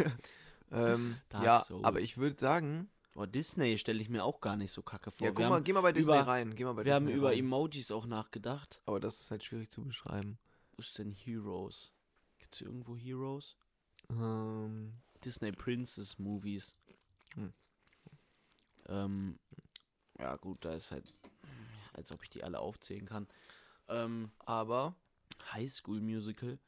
ähm, Dark ja, Souls. aber ich würde sagen, Boah, Disney stelle ich mir auch gar nicht so kacke vor. ja, guck wir mal, haben, geh mal bei Disney über- rein. Geh mal bei wir haben Disney über rein. Emojis auch nachgedacht. Aber das ist halt schwierig zu beschreiben. Wo ist denn Heroes? Gibt es irgendwo Heroes? Ähm, Disney Princess Movies. Hm. Ähm, ja, gut, da ist halt, als ob ich die alle aufzählen kann. Ähm, aber High School Musical.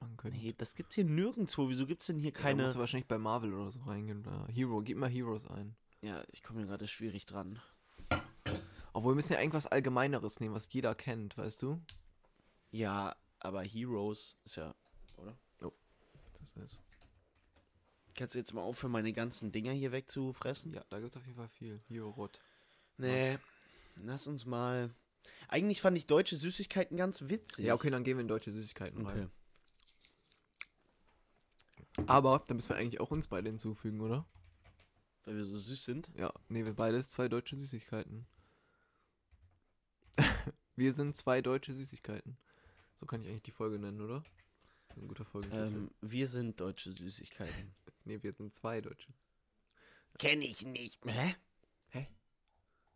man könnte. Nee, das gibt's hier nirgendwo. Wieso gibt's denn hier Ja, Da keine. musst du wahrscheinlich bei Marvel oder so reingehen. Oder Hero, gib mal Heroes ein. Ja, ich komme hier gerade schwierig dran. Obwohl, wir müssen ja irgendwas Allgemeineres nehmen, was jeder kennt, weißt du? Ja, aber Heroes ist ja. Das ist. Kannst du jetzt mal aufhören, meine ganzen Dinger hier wegzufressen? Ja, da gibt es auf jeden Fall viel. Hero Rot. Nee, lass uns mal. Eigentlich fand ich deutsche Süßigkeiten ganz witzig. Ja, okay, dann gehen wir in deutsche Süßigkeiten rein. Okay. Aber dann müssen wir eigentlich auch uns beide hinzufügen, oder? Weil wir so süß sind. Ja, nee, wir beides zwei deutsche Süßigkeiten. wir sind zwei deutsche Süßigkeiten. So kann ich eigentlich die Folge nennen, oder? Ein guter Folgentitel. Ähm, wir sind deutsche Süßigkeiten. nee, wir sind zwei deutsche. Kenne ich nicht. Hä? Hä?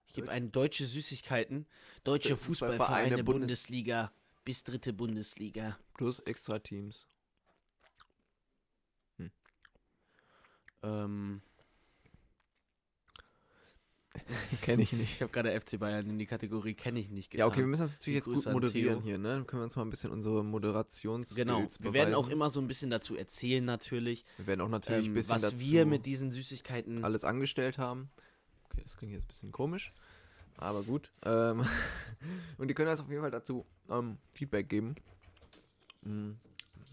Ich gebe Deutsche- ein deutsche Süßigkeiten, deutsche Fußballvereine, Fußballvereine, Bundes- Bundesliga bis dritte Bundesliga. Plus extra Teams. Ähm, Kenne ich nicht. Ich habe gerade FC Bayern in die Kategorie kenne ich nicht Ja, okay, wir getan. müssen das natürlich Die jetzt gut Grüße an moderieren Theo. hier, ne? Dann können wir uns mal ein bisschen unsere Moderations Genau. Skills Wir werden beweisen. auch immer so ein bisschen dazu erzählen, natürlich, wir werden auch natürlich ein ähm, bisschen was dazu wir mit diesen Süßigkeiten. alles angestellt haben. Okay, das klingt jetzt ein bisschen komisch, aber gut. Ähm, und die können das auf jeden Fall dazu ähm, Feedback geben. Mhm.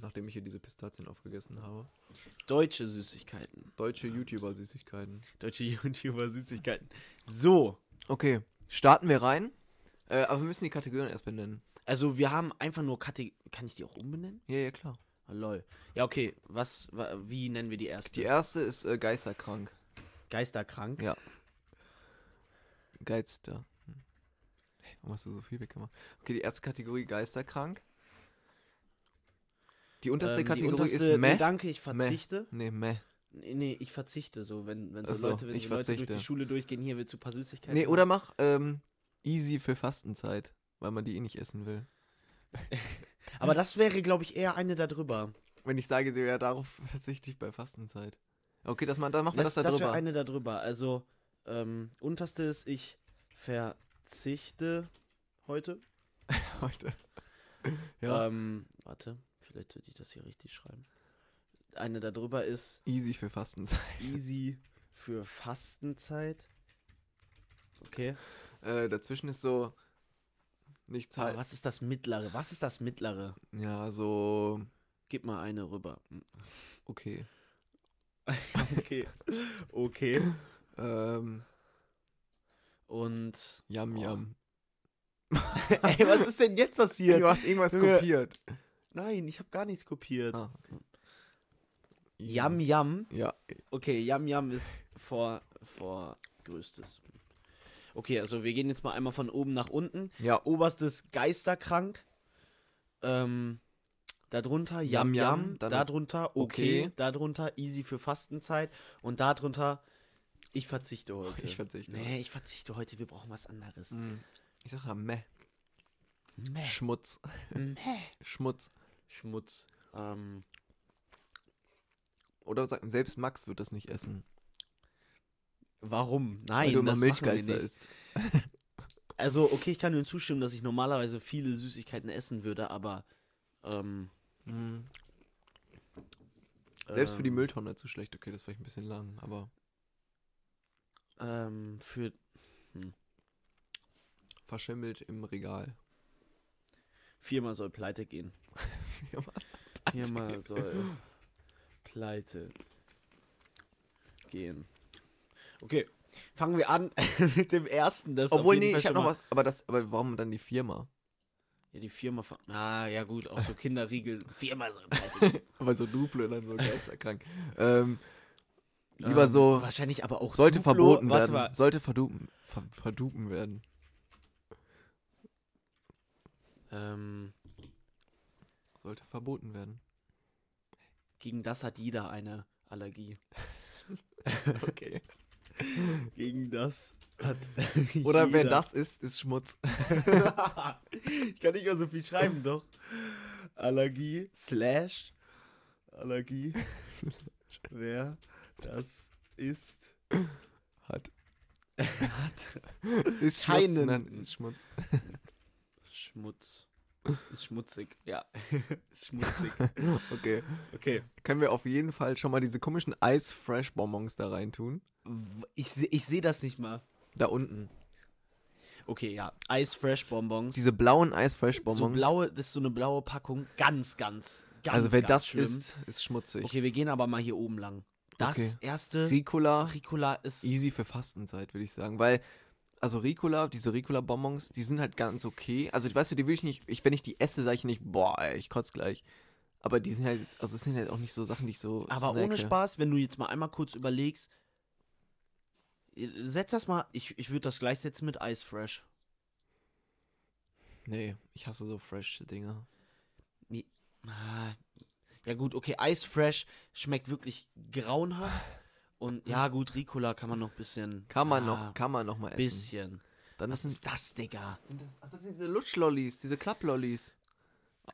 Nachdem ich hier diese Pistazien aufgegessen habe. Deutsche Süßigkeiten. Deutsche YouTuber-Süßigkeiten. Deutsche YouTuber Süßigkeiten. So. Okay, starten wir rein. Äh, aber wir müssen die Kategorien erst benennen. Also wir haben einfach nur Kategorien. Kann ich die auch umbenennen? Ja, ja, klar. Oh, lol. Ja, okay. Was, wa- wie nennen wir die erste? Die erste ist äh, geisterkrank. Geisterkrank. Ja. Geister. Hm. Hey, warum hast du so viel weggemacht? Okay, die erste Kategorie geisterkrank. Die unterste Ähm, die Kategorie unterste- ist Nee, meh. danke, ich verzichte. Nee, meh. Nee, nee, ich verzichte. So, wenn, wenn so Ach so, Leute, wenn ich so Leute durch verzichte. die Schule durchgehen, hier willst du ein paar Süßigkeiten. Nee, oder mach ähm, easy für Fastenzeit, weil man die eh nicht essen will. Aber das wäre, glaube ich, eher eine da drüber. Wenn ich sage, ja, darauf verzichte ich bei Fastenzeit. Okay, dass man, dann macht man das, da wäre drüber. eine da drüber. Also, ähm, unterste ist, ich verzichte heute. Heute. Ja. Ähm, warte, vielleicht sollte ich das hier richtig schreiben. Eine da drüber ist Easy für Fastenzeit. easy für Fastenzeit. Okay. Äh, dazwischen ist so nichts Aber halt. was ist das mittlere? Was ist das mittlere? Ja, so Gib mal eine rüber. Hm. okay. Okay. Okay. Ähm, Und. yum Oh. yum. Ey, was ist denn jetzt das hier? Du hast irgendwas Junge. kopiert. Nein, ich habe gar nichts kopiert. Ah, okay. Yam Yam. Ja. Okay, Yam Yam ist vor, vor größtes. Okay, also wir gehen jetzt mal einmal von oben nach unten. Ja. oh. Oberstes Geisterkrank. Ähm, darunter Yam Yam Yam. Yam, dann Darunter okay. okay. Darunter easy für Fastenzeit. Und darunter ich verzichte heute. Ich verzichte Nee, ich verzichte heute. Wir brauchen was anderes. Mm. Ich sag ja meh. Meh. Schmutz. Meh. Schmutz. Schmutz. Ähm, Oder sag, selbst Max wird das nicht essen. warum? weil Nein, du immer das machen wir Milchgeister nicht. isst. Also, okay, ich kann dir zustimmen, dass ich normalerweise viele Süßigkeiten essen würde, aber. Ähm, Mm. Selbst für die ähm, Mülltonne zu schlecht. Okay, das war ich ein bisschen lang, aber Ähm, für. verschimmelt im Regal. Firma soll pleite gehen. Firma soll pleite gehen. Okay, fangen wir an mit dem ersten. Das ist auf Obwohl, jeden nee, Fall ich hab schon noch mal- was. Aber das, aber warum dann die Firma? Ja, die Firma. ver- Ah, ja, gut, auch so Kinderriegel. Firma soll pleite gehen. Aber so Duple dann so geisterkrank. ähm, lieber so. Ähm, Wahrscheinlich aber auch. Sollte Duplo- verboten Warte werden. mal, Sollte verdupen, ver, verdupen werden. Ähm, Sollte verboten werden. gegen das hat jeder eine Allergie. Okay. Gegen das hat. Oder wenn jeder- das ist, ist Schmutz. ich kann nicht mehr so viel schreiben, doch. Allergie, slash, Allergie, wer das ist, Hat. hat Ist Schmutz. Keinen. Nein, ist Schmutz. Schmutz. Ist schmutzig, ja. ist schmutzig. Okay. Okay. Können wir auf jeden Fall schon mal diese komischen Ice Fresh Bonbons da reintun? Ich, seh- ich sehe das nicht mal. Da unten. Okay, ja. Ice Fresh Bonbons. Diese blauen Ice Fresh so Bonbons. blaue, das ist so eine blaue Packung. Ganz, ganz, ganz, also wer ganz das schlimm. ist, ist schmutzig. Okay, wir gehen aber mal hier oben lang. Das Okay. erste Ricola, Ricola ist easy für Fastenzeit, würde ich sagen, weil also Ricola, diese Ricola Bonbons, die sind halt ganz okay. Also, weißt du, die will ich nicht, ich, wenn ich die esse, sage ich nicht, boah, ey, ich kotze gleich. Aber die sind halt, jetzt- also es sind halt auch nicht so Sachen, die ich so Aber ohne snacke. Spaß, wenn du jetzt mal einmal kurz überlegst, setz das mal, ich, ich würde das gleichsetzen mit Ice Fresh. Nee, ich hasse so fresh Dinger. Ah, Ja gut, okay, Ice Fresh schmeckt wirklich grauenhaft. Und ja gut, Ricola kann man noch ein bisschen. Hm. Kann man ah, noch, kann man noch mal essen. Bisschen. Dann Was das sind, ist das, Digga? sind das, ach, das sind diese Lutschlollis, diese Klapplollis.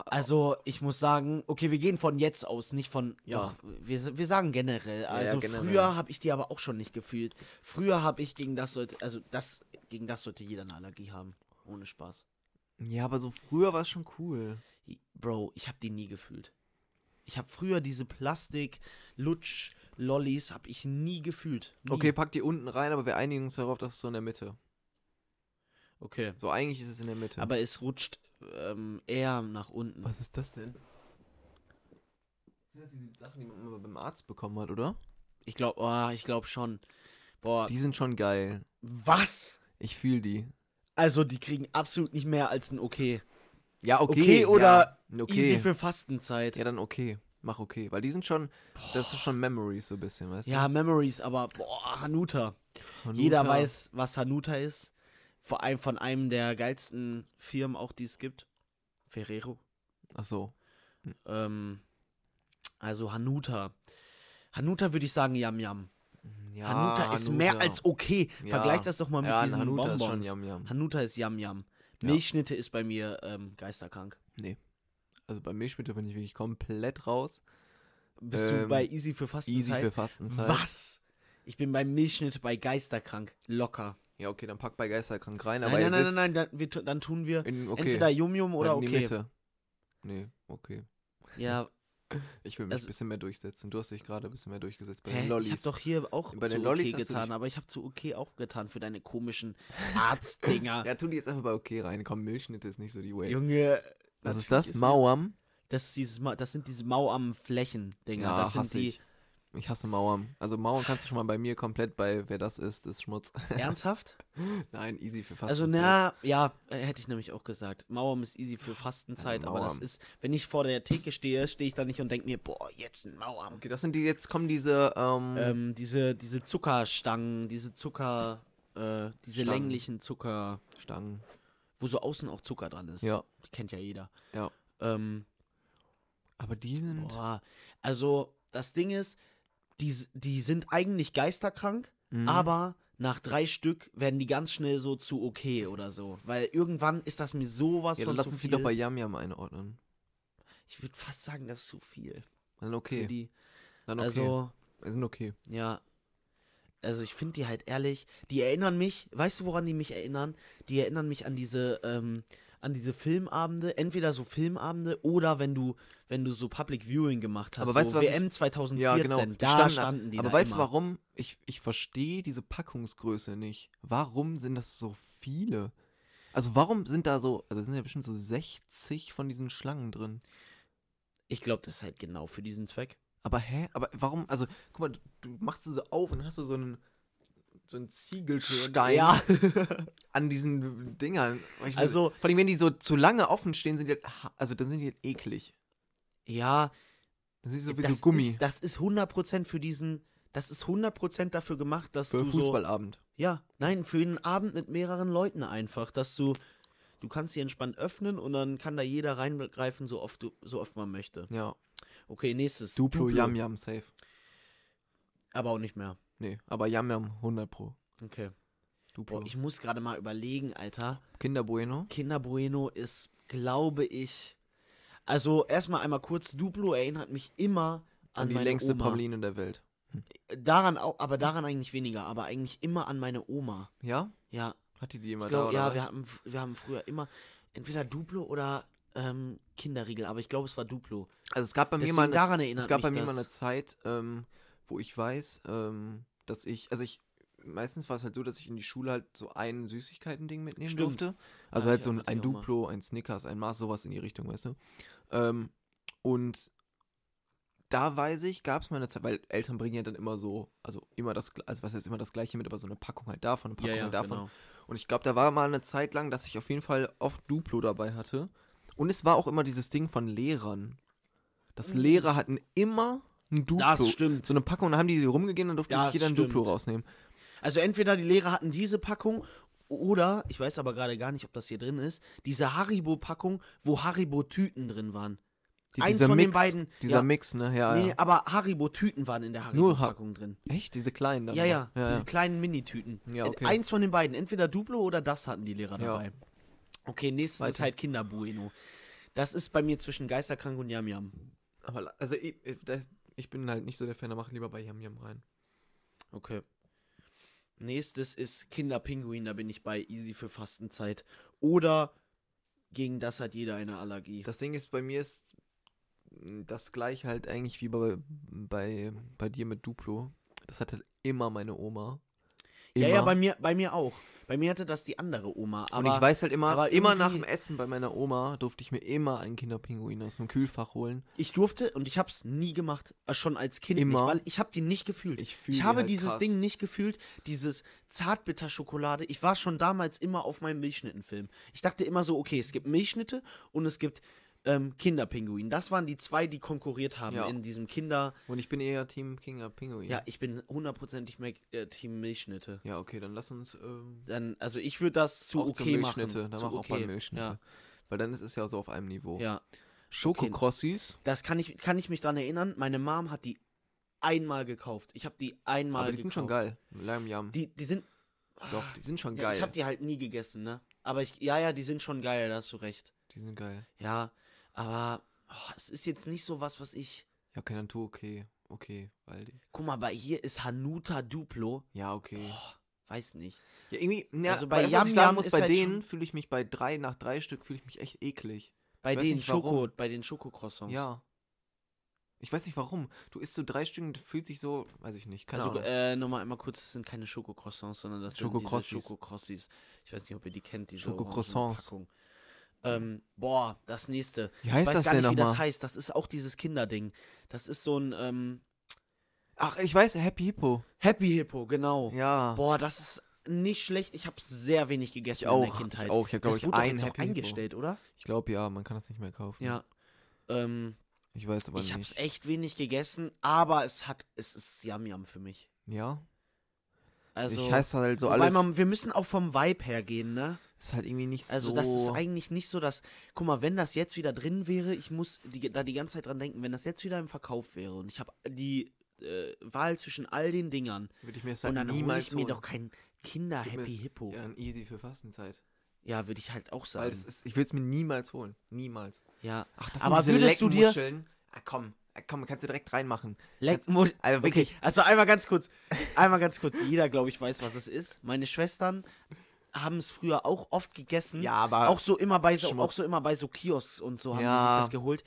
Also, ich muss sagen, okay, wir gehen von jetzt aus, nicht von. Ja. Doch, wir, wir sagen generell. ja, Also, generell. früher habe ich die aber auch schon nicht gefühlt. Früher habe ich gegen das sollte. Also, das, gegen das sollte jeder eine Allergie haben. Ohne Spaß. Ja, aber so früher war es schon cool. Bro, ich habe die nie gefühlt. Ich habe früher diese Plastik-Lutsch-Lollis habe ich nie gefühlt. Nie. Okay, pack die unten rein, aber wir einigen uns darauf, dass es so in der Mitte. Okay. So eigentlich ist es in der Mitte. Aber es rutscht ähm, eher nach unten. was ist das denn? Sind Hm. das diese Sachen, die man immer beim Arzt bekommen hat, oder? Ich glaube, oh, ich glaube schon. Boah, Die sind schon geil. was? Ich fühle die. Also, die kriegen absolut nicht mehr als ein Okay. Ja, okay, okay oder ja, Easy okay. für Fastenzeit. ja, dann okay. Mach okay, weil die sind schon, das ist schon Memories so ein bisschen, weißt Ja, Memories, aber boah, Hanuta. du? Hanuta. Jeder weiß, was Hanuta ist. Vor allem von einem der geilsten Firmen auch, die es gibt. Ferrero. Ach so. Ähm, also Hanuta. Hanuta würde ich sagen, Yam Yam. Ja, Hanuta, ist mehr als okay. Ja. Vergleich das doch mal mit ja, diesen Hanuta Bonbons. ist schon Yam Yam. Hanuta ist Yam Yam. Ja. Milchschnitte ist bei mir ähm, geisterkrank. Also bei Milchschmitte bin ich wirklich komplett raus. Bist du Ähm, bei Easy für Easy Fastenzeit? für Fastenzeit. Was? Ich bin bei Milchschnitte bei geisterkrank. Locker. Ja, okay, dann pack bei Geisterkrank rein, aber Nein, ihr nein, nein, nein, wisst, nein, dann, wir, tu- dann tun wir In, okay, entweder Yum Yum oder in die okay. Mitte. Nee, okay. Ja, Ich will mich Also- ein bisschen mehr durchsetzen. Du hast dich gerade ein bisschen mehr durchgesetzt bei hä, den ich Lollis. hab doch hier auch Bei zu den Lollis okay hast du getan, dich- aber ich hab zu okay auch getan für deine komischen Arztdinger. Ja, tu die jetzt einfach bei okay rein. Komm, Milchschnitte ist nicht so die Wave. Ah. Junge. Was ist natürlich das? Mauam? Das, ist dieses, Ma- das sind diese mauarmen Flächen-Dinger. Ja, das sind hasse die. ich. Ich hasse Mauern. Also Mauern kannst du schon mal bei mir komplett bei, wer das ist, ist Schmutz. Ernsthaft? Nein, easy für also, Fastenzeit. na, ja, äh, hätte ich nämlich auch gesagt. Mauern ist easy für Fastenzeit, Ja, aber das Mauern. ist, wenn ich vor der Theke stehe, stehe ich da nicht und denke mir, boah, jetzt ein Mauern. Okay, das sind die, jetzt kommen diese, ähm, Ähm, diese, diese Zuckerstangen, diese Zucker, äh, diese Stangen. länglichen Zucker, Stangen. wo so außen auch Zucker dran ist. Ja. Die kennt ja jeder. Ja. Ähm, Aber die sind, boah, also, das Ding ist, die, s- die sind eigentlich geisterkrank, Mhm. Aber nach drei Stück werden die ganz schnell so zu okay oder so. Weil irgendwann ist das mir sowas ja, von dann lass zu uns viel. die doch bei Yam Yam einordnen. ich würde fast sagen, das ist zu viel. Dann Für okay. die. Dann okay. Also, Wir sind okay. ja. Also ich finde die halt ehrlich, die erinnern mich, weißt du, woran die mich erinnern? Die erinnern mich an diese, ähm, an diese Filmabende, entweder so Filmabende oder wenn du, wenn du so Public Viewing gemacht hast. Aber weißt so du, was ich- WM 2014, da Standen- standen, die. Aber da weißt du immer. warum? Ich, ich verstehe diese Packungsgröße nicht. Warum sind das so viele? Also warum sind da so, also sind ja bestimmt so 60 von diesen Schlangen drin. Ich glaube, das ist halt genau für diesen Zweck. Aber hä? Aber warum, also guck mal, du- du machst sie so auf und hast du so einen, so einen Ziegelstein Ja. an diesen Dingern. Ich weiß- Also- vor allem wenn die so zu lange offen stehen, sind die halt, ha- also dann sind die halt eklig. Ja, Dann sind die so wie das so Gummi. Ist, das ist 100% für diesen, das ist 100% dafür gemacht, dass Für du so, Fußballabend. ja, nein, für einen Abend mit mehreren Leuten einfach, dass du, du kannst sie entspannt öffnen und dann kann da jeder reingreifen, so oft du, so oft man möchte. Ja. Okay, nächstes. Duplo, Yam Yam, safe. Aber auch nicht mehr. Nee, aber Yam Yam 100 pro. Okay. Duplo. Boah, ich muss gerade mal überlegen, Alter. Kinder Bueno. Kinder Bueno ist, glaube ich, also erstmal einmal kurz, Duplo erinnert mich immer an, An die meine längste Oma. Praline der Welt. Daran auch, aber daran eigentlich weniger, aber eigentlich immer an meine Oma. Ja? Ja, Hatte die Ich jemand glaub, da? ja, Oder wir was? haben, wir haben früher immer entweder Duplo oder ähm, Kinderriegel, aber ich glaube, es war Duplo. Also es gab bei mir Deswegen mal eine, daran es erinnert gab mich bei mir mal das. eine Zeit, ähm, wo ich weiß, ähm, dass ich, also ich, meistens war es halt so, dass ich in die Schule halt so ein Süßigkeiten-Ding mitnehmen Stimmt. durfte. Also Ja, halt ich so auch ein, mit ein dir auch mal. Duplo, ein Snickers, ein Mars, sowas in die Richtung, weißt du. Ähm, und da weiß ich, gab es mal eine Zeit, weil Eltern bringen ja dann immer so, also immer das, gl- also was heißt immer das Gleiche mit, aber so eine Packung halt davon, eine Packung genau. halt davon. Und ich glaube, da war mal eine Zeit lang, dass ich auf jeden Fall oft Duplo dabei hatte. Und es war auch immer dieses Ding von Lehrern. Dass Lehrer hatten immer ein Duplo. Mhm. Das stimmt. So eine Packung, und dann haben die sie rumgegeben, dann durfte Das sich jeder ein stimmt. Duplo rausnehmen. Also entweder die Lehrer hatten diese Packung oder, ich weiß aber gerade gar nicht, ob das hier drin ist, diese Haribo-Packung, wo Haribo-Tüten drin waren. Die, Eins dieser von den Mix, beiden, Dieser ja. Mix, ne? Ja, Nee, nee, ja. aber Haribo-Tüten waren in der Nur Ha- Haribo-Packung drin. Echt? Diese kleinen dann Ja, ja, noch? ja, diese ja. kleinen Minitüten. Ja, Äh, okay. Eins von den beiden, entweder Duplo oder das hatten die Lehrer Ja. dabei. Okay, nächstes ist Weiter. halt Kinder Bueno. Das ist bei mir zwischen Geisterkrank und Yam Yam. Aber la- also ich, ich- das- ich bin halt nicht so der Fan, da mach lieber bei Yam Yam rein. Okay. Nächstes ist Kinderpinguin, da bin ich bei easy für Fastenzeit. Oder gegen das hat jeder eine Allergie. Das Ding ist, bei mir ist mm, das gleiche halt eigentlich wie bei, bei, bei dir mit Duplo. Das hatte immer meine Oma. Ja, ja, Immer. bei mir, bei mir auch. Bei mir hatte das die andere Oma. Aber und ich weiß halt immer, aber immer nach dem irgendwie- Essen bei meiner Oma durfte ich mir immer einen Kinderpinguin aus dem Kühlfach holen. ich durfte und ich habe es nie gemacht, äh, schon als Kind Immer. nicht, weil ich habe die nicht gefühlt. Ich fühle Ich habe halt dieses krass. Ding nicht gefühlt, dieses Zartbitterschokolade. Ich war schon damals immer auf meinem Milchschnittenfilm. Ich dachte immer so, okay, es gibt Milchschnitte und es gibt ähm, Kinderpinguin. Das waren die zwei, die konkurriert haben Ja. in diesem Kinder. Und ich bin eher Team Kinderpinguin. Ja, ich bin hundertprozentig mehr äh, Team Milchschnitte. Ja, okay, dann lass uns ähm, Dann, also ich würde das zu auch zu okay machen. Milchschnitte. Dann zu mach auch okay. mal Milchschnitte. Oh. Weil dann ist es ja so auf einem Niveau. Ja, ja. Schokokrossis. Das kann ich, kann ich mich dran erinnern. Meine Mom hat die einmal gekauft. Ich habe die einmal Aber die sind gekauft. schon geil. Lime Yum. Die, die sind. Doch, die sind schon Ja, geil. ich habe die halt nie gegessen, ne? Aber ich, ja, ja, die sind schon geil, da hast du recht. die sind geil. Ja, aber oh, es ist jetzt nicht so was, was ich. Ja, okay, dann tu okay. Okay, Waldi. Guck mal, bei hier ist Hanuta Duplo. Ja, okay. Boah, weiß nicht. Ja, irgendwie, ja, Also also bei bei Yum was ich sagen Yum muss, ist bei halt denen fühle ich mich bei drei, nach drei Stück fühle ich mich echt eklig. Bei weiß den nicht, Schoko, warum. bei den Schokocroissants. Ja. Ich weiß nicht warum. Du isst so drei Stück und fühlt sich so, weiß ich nicht, keine Also Ahnung. äh, nochmal einmal kurz, das sind keine Schokocroissants, sondern das sind diese Schokocrossis. Schokocrossis. Ich weiß nicht, ob ihr die kennt, diese Schokocroissants. Packung. Ähm, boah, das nächste. Wie Ich heißt weiß das gar denn nicht, wie das nochmal? heißt. Das ist auch dieses Kinderding. Das ist so ein ähm, Ach, ich weiß, Happy Hippo. Happy Hippo, genau. Oh, Ja. Boah, das ist nicht schlecht. Ich habe sehr wenig gegessen ich in auch. der Kindheit. Ich auch. Ich habe, glaube das ich, wurde doch ein jetzt auch Happy Hippo. eingestellt, oder? Ich glaube, ja, man kann das nicht mehr kaufen. Ja. Ähm, Ich weiß aber ich habe nicht. echt wenig gegessen, aber es hat, es ist Yam Yam für mich. Ja. Also, ich heiße halt so wobei alles. man, wir müssen auch vom Vibe her gehen, ne? ist halt irgendwie nicht Also so. das ist eigentlich nicht so, dass, guck mal, wenn das jetzt wieder drin wäre, ich muss die, da die ganze Zeit dran denken, wenn das jetzt wieder im Verkauf wäre und ich habe die äh, Wahl zwischen all den Dingern Würde ich mir das und halt dann hole niemals ich mir holen. doch kein Kinder-Happy Gib mir- Hippo. Ja, Ja, dann easy für Fastenzeit. würde ich halt auch Weil sagen. das ist, ich würde es mir niemals holen. Niemals. ja. Ach, das Aber diese würdest du lecken dir- Muscheln. Ah, komm, ah, komm, kannst du direkt reinmachen. Leck, Mu- Also okay, wirklich. also einmal ganz kurz, einmal ganz kurz, jeder, glaube ich, weiß, was es ist. Meine Schwestern haben es früher auch oft gegessen. Ja, aber auch so immer bei so, auch Schmutz. so immer bei so Kiosks und so haben die Ja. sich das geholt.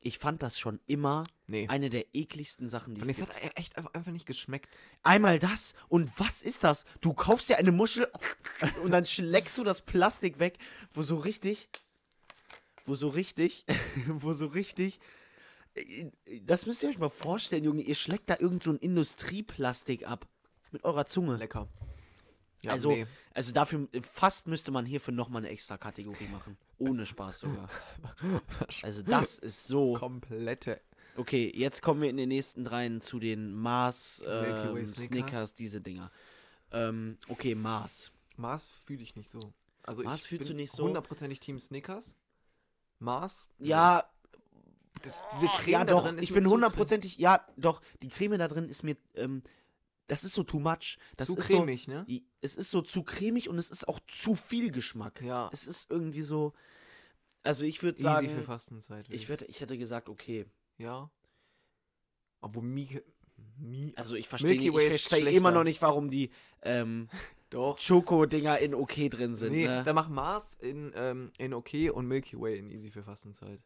Ich fand das schon immer nee. eine der ekligsten Sachen, die Und es es gibt. hat e- echt einfach einfach nicht geschmeckt. Einmal das und was ist das? Du kaufst dir eine Muschel und dann schlägst du das Plastik weg, wo so richtig, wo so richtig, wo so richtig. äh, Das müsst ihr euch mal vorstellen, Junge. Ihr schlägt da irgend so ein Industrieplastik ab. Mit eurer Zunge. Lecker. Ja, also, nee. also dafür, fast müsste man hierfür nochmal eine extra Kategorie machen. Ohne Spaß sogar. Also das ist so. komplette. Okay, jetzt kommen wir in den nächsten dreien zu den Mars, Milky Way ähm, Snickers. Snickers. diese Dinger. Ähm, okay, Mars. Mars fühle ich nicht so. Also Mars ich fühlst bin du nicht so? Hundertprozentig Team Snickers. Mars. Ja, Oh, Das, diese Creme ja da doch, drin ist ich mir bin zu hundertprozentig, ja doch, die Creme da drin ist mir, ähm, das ist so too much. Das zu ist cremig, so, ne? i- es ist so zu cremig und es ist auch zu viel Geschmack. Ja. Es ist irgendwie so, also ich würde Easy für sagen, Fastenzeit. würd ich, würd, ich hätte gesagt, okay, Ja. Obwohl Mie, Mie, also ich verstehe Milky ich Way ist verstehe schlechter. immer noch nicht, warum die ähm, Doch. Schoko-Dinger in okay drin sind. nee, ne? dann mach Mars in, ähm, in okay und Milky Way in easy für Fastenzeit.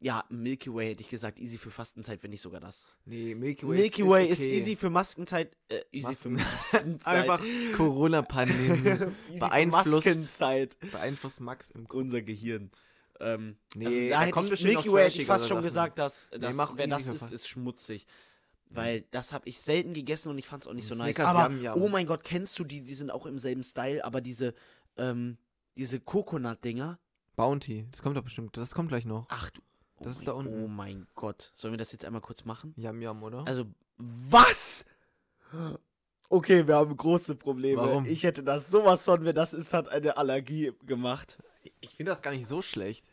Ja, Milky Way hätte ich gesagt, easy für Fastenzeit, wenn nicht sogar das. Nee, Milky Way, Milky ist, Way ist, ist, okay. easy für Maskenzeit. Äh, easy Masken- für Maskenzeit. Einfach Corona-Pandemie. easy beeinflusst. Für Maskenzeit. Beeinflusst Max im Kopf. Unser Gehirn. Ähm, Nee, also da da hätte kommen ich, bestimmt Milky noch Way hätte ich trashigere fast schon Sachen. gesagt, dass, dass mach wer easy das für ist, Fast- ist schmutzig. Weil das habe ich selten gegessen und ich fand es auch nicht so nice. Snickers aber Yum Yum. oh mein Gott, kennst du die? Die sind auch im selben Style, aber diese ähm, diese Coconut Dinger. Bounty. Das kommt doch bestimmt. Das kommt gleich noch. Ach du. Oh Das ist mein, da unten. Oh mein Gott. Sollen wir das jetzt einmal kurz machen? Yam Yam, oder? Also, was? Okay, wir haben große Probleme. Warum? Ich hätte das sowas von, wenn das ist, hat eine Allergie gemacht. ich finde das gar nicht so schlecht.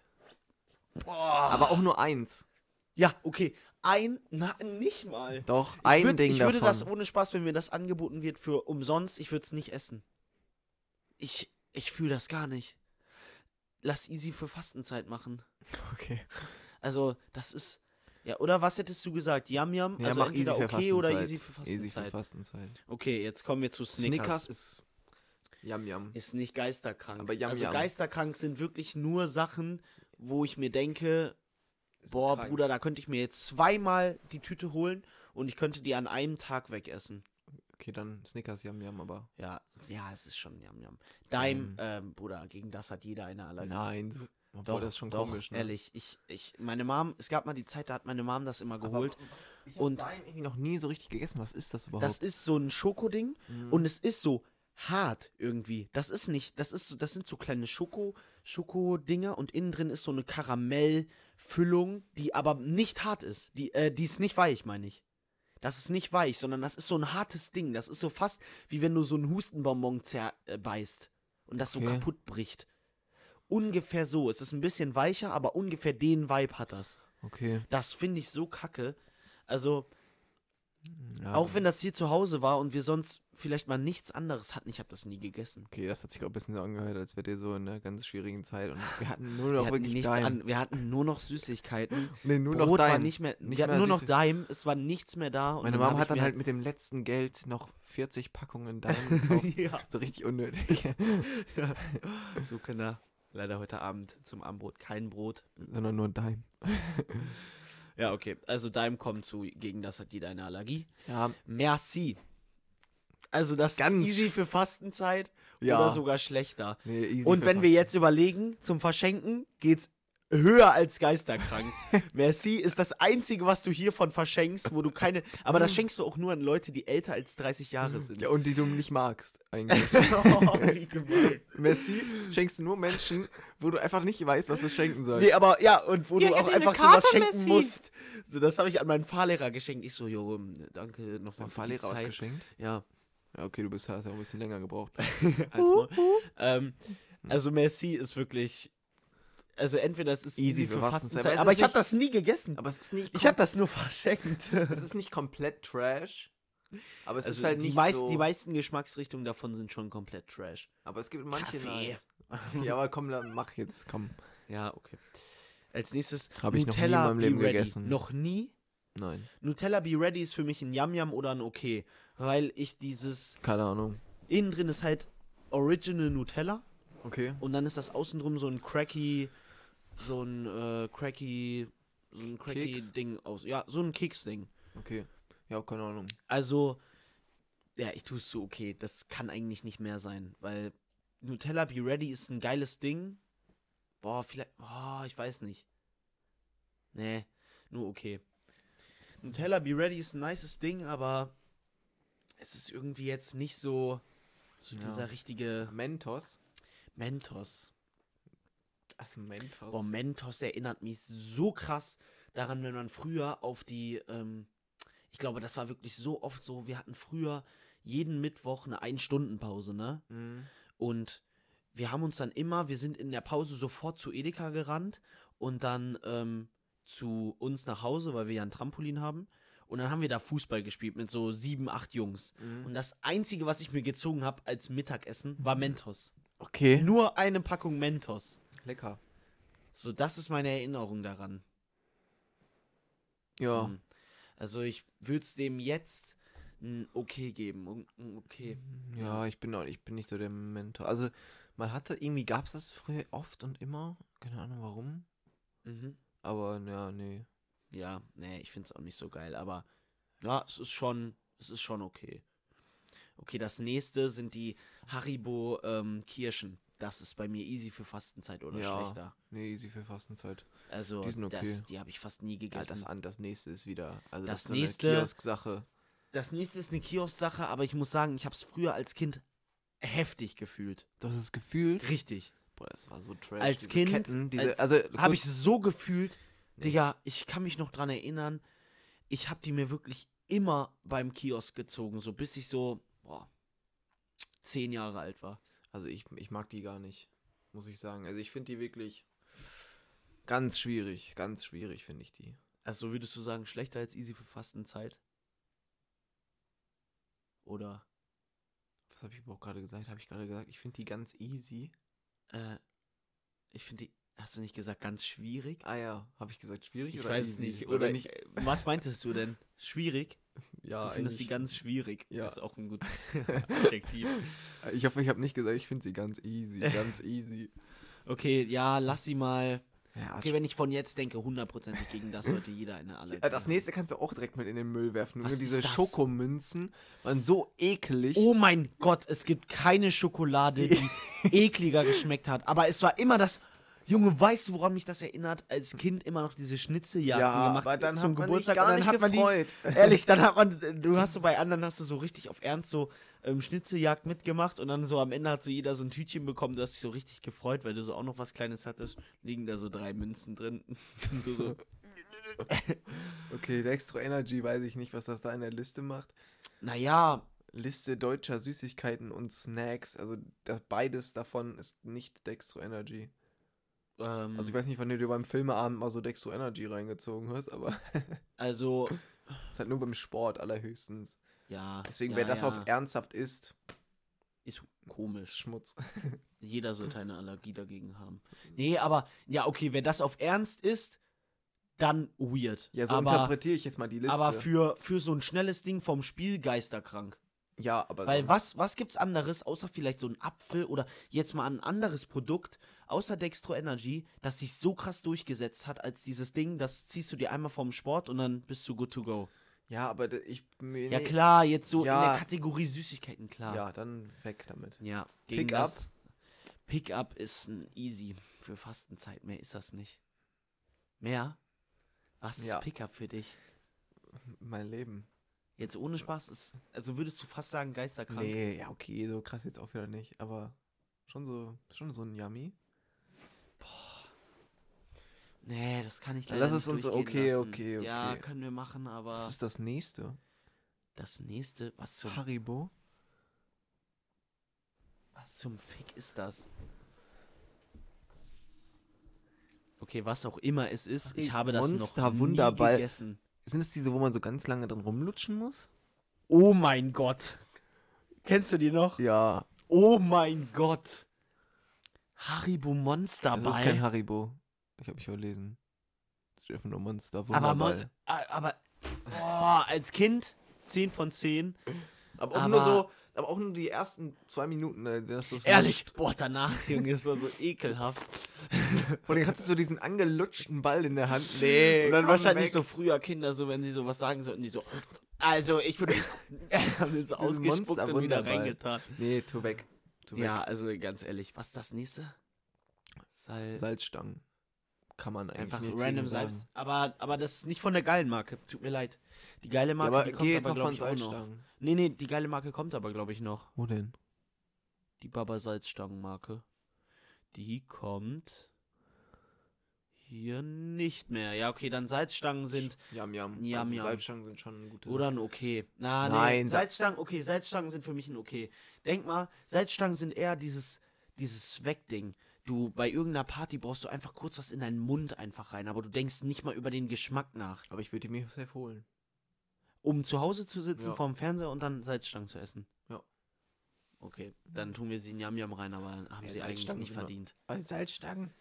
Boah. Aber auch nur eins. Ja, okay. Ein, na, nicht mal. Doch, ein ich würd's- Ding ich würde davon. das ohne Spaß, wenn mir das angeboten wird, für umsonst, ich würde es nicht essen. Ich, ich fühle das gar nicht. lass easy für Fastenzeit machen. Okay. Also, das ist. Ja, oder was hättest du gesagt? Yam Yam? also entweder okay oder easy für Fastenzeit. Easy für Fastenzeit. okay, jetzt kommen wir zu Snickers. Snickers ist Yam Yam. Ist nicht geisterkrank. Aber Yam also Yam. geisterkrank sind wirklich nur Sachen, wo ich mir denke, Ist boah, krank. Bruder, da könnte ich mir jetzt zweimal die Tüte holen und ich könnte die an einem Tag wegessen. Okay, dann Snickers Yam Yam, aber. Ja, ja, es ist schon Yam Yam. Dein, ähm, Bruder, gegen das hat jeder eine Allergie. Nein, so- obwohl das ist schon doch, komisch, ne? ehrlich. Ich, ich, meine Mom, es gab mal die Zeit, da hat meine Mom das immer Aber geholt. was- Ich Und- habe irgendwie noch nie so richtig gegessen. Was ist das überhaupt? Das ist so ein Schokoding Mhm. und es ist so hart irgendwie. Das ist nicht, das ist so, das sind so kleine Schoko Schokodinger und innen drin ist so eine Karamellfüllung, die aber nicht hart ist. Die äh, die ist nicht weich, meine ich. Das ist nicht weich, sondern das ist so ein hartes Ding. Das ist so fast wie wenn du so einen Hustenbonbon zer äh, beißt und das so Okay. kaputt bricht. Ungefähr so. Es ist ein bisschen weicher, aber ungefähr den Vibe hat das. okay. Das finde ich so kacke. Also, Ja, auch wenn das hier zu Hause war und wir sonst vielleicht mal nichts anderes hatten, ich habe das nie gegessen. Okay, das hat sich auch ein bisschen so angehört, als wärt ihr so in einer ganz schwierigen Zeit und wir hatten nur noch wir, hatten wirklich nichts dein. an, wir hatten nur noch Süßigkeiten. Nee, nur Brot noch dein. war nicht mehr, Nicht wir hatten mehr nur noch Süßig- Daim, es war nichts mehr da. und Meine dann Mama hab ich hat dann mir halt mit dem letzten Geld noch 40 Packungen Daim gekauft. ja, so richtig unnötig. so Kinder. Leider heute Abend zum Abendbrot kein Brot. Sondern nur Daim. Ja, okay. Also Daim kommt zu, gegen das hat jeder eine Allergie. Ja, Merci. Also das ist Ganz easy für Fastenzeit Ja. oder sogar schlechter. nee, easy Und für wenn wir fast- jetzt überlegen, zum Verschenken geht's höher als geisterkrank. Merci ist das einzige, was du hiervon verschenkst, wo du keine. Aber das schenkst du auch nur an Leute, die älter als 30 Jahre sind. Ja, und die du nicht magst, eigentlich. oh, wie gemein. Messi schenkst du nur Menschen, wo du einfach nicht weißt, was du schenken sollst. Nee, aber ja, und wo Ja, du gib auch ihm eine einfach sowas Karte, schenken Messi. musst. So, das habe ich an meinen Fahrlehrer geschenkt. Ich so, jo, hm, danke Hast du nochmal dem für die Fahrlehrer was Zeit. geschenkt? Ja, Ja, okay, du bist, hast ja auch ein bisschen länger gebraucht. als Maul. ähm, Hm. Also Merci ist wirklich. Also entweder es ist Easy easy für für Fastenzeit, aber Fastenzeit, es aber ist ich habe nicht- das nie gegessen. Aber es ist nicht, Ich habe das nur verschenkt. es ist nicht komplett Trash. Aber es Also ist halt die, nicht meist, so... die meisten Geschmacksrichtungen davon sind schon komplett trash. aber es gibt manche Kaffee. nice. Okay, aber komm, dann mach jetzt, komm. Ja, okay. Als nächstes Hab ich noch nie in Nutella meinem Leben Be Ready. gegessen. Noch nie? Nein, Nutella Be Ready ist für mich ein Yam Yam oder ein Okay, weil ich dieses keine Ahnung. innen drin ist halt Original Nutella Okay. und dann ist das außen drum so ein cracky so ein äh, cracky so ein cracky Keks? Ding aus. Ja, so ein Keks Ding. Okay. Ja, keine Ahnung. Also, ja, ich tue es so okay. Das kann eigentlich nicht mehr sein, weil Nutella Be Ready ist ein geiles Ding. Boah, vielleicht. Boah, ich weiß nicht. Nee, nur okay. Nutella Be Ready ist ein nices Ding, aber es ist irgendwie jetzt nicht so, so Ja. dieser richtige Mentos. Mentos. Also Mentos. Boah, Mentos erinnert mich so krass daran, wenn man früher auf die, ähm, ich glaube, das war wirklich so oft so, wir hatten früher jeden Mittwoch eine Ein-Stunden-Pause, ne? Mhm. Und wir haben uns dann immer, wir sind in der Pause sofort zu Edeka gerannt und dann ähm, zu uns nach Hause, weil wir ja ein Trampolin haben. Und dann haben wir da Fußball gespielt mit so sieben, acht Jungs. Mhm. Und das Einzige, was ich mir gezogen habe als Mittagessen, war Mentos. Okay. Nur eine Packung Mentos. Lecker. So, das ist meine Erinnerung daran. Ja. Hm. Also ich würde es dem jetzt ein Okay geben. Un- ein Okay. Ja, ich bin auch, ich bin nicht so der Mentor. Also, man hatte irgendwie gab's das früher oft und immer, keine Ahnung warum, Mhm. aber ja, nee. Ja, nee, ich finde es auch nicht so geil, aber ja, es ist schon, es ist schon okay. Okay, das nächste sind die Haribo ähm, Kirschen. Das ist bei mir easy für Fastenzeit oder Ja. schlechter. Nee, easy für Fastenzeit. Also Die sind okay. das, die habe ich fast nie Ja, das gegessen. an das nächste ist wieder, also Das das, ist so eine nächste- Kiosk-Sache. das nächste ist eine Kiosk-Sache, aber ich muss sagen, ich habe es früher als Kind heftig gefühlt. Das ist gefühlt. Richtig. Boah, das war so trash. als diese Kind Ketten, diese, als, also habe ich so gefühlt, Nee. Digga, ich kann mich noch dran erinnern, ich habe die mir wirklich immer beim Kiosk gezogen, so bis ich so boah, zehn Jahre alt war. Also ich, ich mag die gar nicht, muss ich sagen. Also ich finde die wirklich ganz schwierig, ganz schwierig finde ich die. Also würdest du sagen, schlechter als easy für Fastenzeit? Oder Was habe ich überhaupt gerade gesagt? Habe ich gerade gesagt, ich finde die ganz easy. äh, Ich finde die, hast du nicht gesagt, ganz schwierig? Ah ja, habe ich gesagt, schwierig Ich oder weiß es easy? nicht. Oder Oder nicht? äh, was meintest du denn? Schwierig? Ja, du findest sie eigentlich- ganz schwierig. Ja. Das ist auch ein gutes Adjektiv. Ich hoffe, ich habe nicht gesagt, ich finde sie ganz easy, ganz easy. Okay, ja, lass sie mal. Ja, Okay, wenn ich von jetzt denke, hundertprozentig gegen das sollte jeder eine alle. Äh, Das nächste kannst du auch direkt mit in den Müll werfen. Was Junge, diese ist das? Schokomünzen waren so eklig. Oh mein Gott, es gibt keine Schokolade, die ekliger geschmeckt hat. Aber es war immer das. Junge, weißt du, woran mich das erinnert? Als Kind immer noch diese Schnitzeljagden gemacht zum Geburtstag. und dann hat man die, ehrlich, dann hat man, du hast so bei anderen hast du so richtig auf Ernst so ähm, Schnitzeljagd mitgemacht und dann so am Ende hat so jeder so ein Tütchen bekommen, du hast dich so richtig gefreut, weil du so auch noch was Kleines hattest. Liegen da so drei Münzen drin. Und du so, Okay, Dextro Energy weiß ich nicht, was das da in der Liste macht. naja, Liste deutscher Süßigkeiten und Snacks, also das, beides davon ist nicht Dextro Energy. ähm, Also ich also, weiß nicht, wann du dir beim Filmeabend mal so Dextro Energy reingezogen hast, aber also das ist halt nur beim Sport allerhöchstens. ja. Deswegen, ja, wer das ja, auf ernsthaft isst, ist komisch. Schmutz. Jeder Hm. sollte eine Allergie dagegen haben. Nee, aber ja, okay, wer das auf Ernst ist, dann weird. Ja, so aber, interpretiere ich jetzt mal die Liste. aber für, für so ein schnelles Ding vom Spiel geisterkrank. ja, aber Weil sonst- was, was gibt's anderes, außer vielleicht so ein Apfel oder jetzt mal ein anderes Produkt, außer Dextro Energy, das sich so krass durchgesetzt hat als dieses Ding, das ziehst du dir einmal vom Sport und dann bist du good to go. Ja, aber d- ich mir- Ja nee. klar, jetzt so in Ja. der Kategorie Süßigkeiten, klar. Ja, dann weg damit. ja Pick up? Pickup ist ein easy für Fastenzeit, mehr ist das nicht. Mehr? Was ist Ja. Pickup für dich? Mein Leben. Jetzt ohne Spaß ist, also würdest du fast sagen geisterkrank. Nee, ja, okay, so krass jetzt auch wieder nicht, aber schon so schon so ein Yummy. Nee, das kann ich Dann leider lass es nicht uns- durchgehen okay, lassen. okay, Ja, okay. können wir machen, aber Was ist das nächste? das nächste, was zum, Haribo? was zum Fick ist das? Okay, was auch immer es ist, ich habe Harry das Monster noch nie Wunderball. gegessen. Sind es diese, wo man so ganz lange drin rumlutschen muss? Oh mein Gott. Kennst du die noch? Ja. Oh mein Gott. Haribo Monster Das ist kein Ball. Haribo. Ich habe mich verlesen. Das ist einfach nur Monster. Aber, Wunderball. Mon ah, aber oh, als Kind 10 von 10. aber aber- aber auch nur die ersten zwei Minuten. äh, dass du's Ehrlich, boah, danach, Junge, ist das so ekelhaft. lutscht. Und dann hast du so diesen angelutschten Ball in der Hand. Nee. Und dann wahrscheinlich so früher Kinder, so wenn sie so was sagen sollten, die so. Also, ich würde. haben den so Dieses ausgespuckt Monster und wieder Wunderball. reingetan. Nee, tu weg. Tu Ja, also ganz ehrlich, was ist das nächste? Salz. Salzstangen. Kann man eigentlich Einfach nichts random gegen sagen. Salz. Aber, aber das ist nicht von der geilen Marke. Tut mir leid. Die geile Ja, Marke aber die geh jetzt noch glaub von ich, auch noch. Salzstangen. Nee, nee, die geile Marke kommt aber, glaube ich, noch. Wo denn? Die Baba Salzstangenmarke. Die kommt hier nicht mehr. Ja, okay, dann Salzstangen sind Yam Yam. Yam, also yam. Salzstangen sind schon ein gutes. oder ein okay. Na, Nein, nee, Sa- Salzstangen, okay, Salzstangen sind für mich ein okay. Denk mal, Salzstangen sind eher dieses dieses Wegding. Du bei irgendeiner Party brauchst du einfach kurz was in deinen Mund einfach rein, aber du denkst nicht mal über den Geschmack nach. Aber ich würde die mir safe holen. Um zu Hause zu sitzen Ja. vorm Fernseher und dann Salzstangen zu essen. Ja. Okay, dann tun wir sie in Yam Yam rein, aber haben Ja, sie eigentlich Salzstangen nicht sind- verdient. Salzstangen?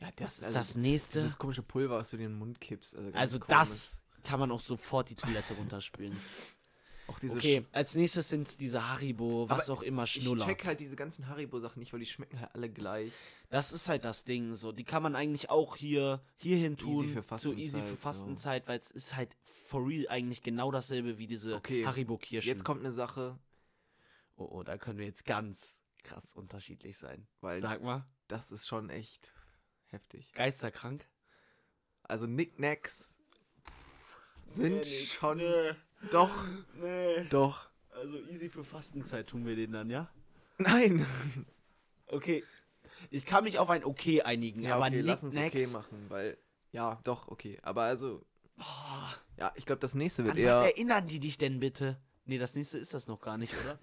Ja, Das ist also das nächste. Dieses komische Pulver, was du dir in den Mund kippst. Also, ganz also komisch. das ne? kann man auch sofort die Toilette runterspülen. Auch diese Okay, Sch- als nächstes sind es diese Haribo, was auch immer, Schnuller. Ich check halt diese ganzen Haribo-Sachen nicht, weil die schmecken halt alle gleich. Das ist halt das Ding so. Die kann man eigentlich auch hier hierhin tun. für so easy Fastenzeit, so. für Fastenzeit, weil es ist halt for real eigentlich genau dasselbe wie diese Okay, Haribo-Kirschen. Jetzt kommt eine Sache, oh, oh, da können wir jetzt ganz krass unterschiedlich sein. weil Sag mal, das ist schon echt heftig. geisterkrank? Also Knickknacks sind nee, schon... Doch, Nee. doch. Also easy für Fastenzeit tun wir den dann, ja? Nein. Okay. Ich kann mich auf ein Okay einigen, aber okay, lass uns okay Knickknacks- machen, weil... Ja, doch, okay. Aber also, Boah. ja, ich glaube, das nächste wird An was eher... erinnern die dich denn bitte? Nee, das nächste ist das noch gar nicht, oder?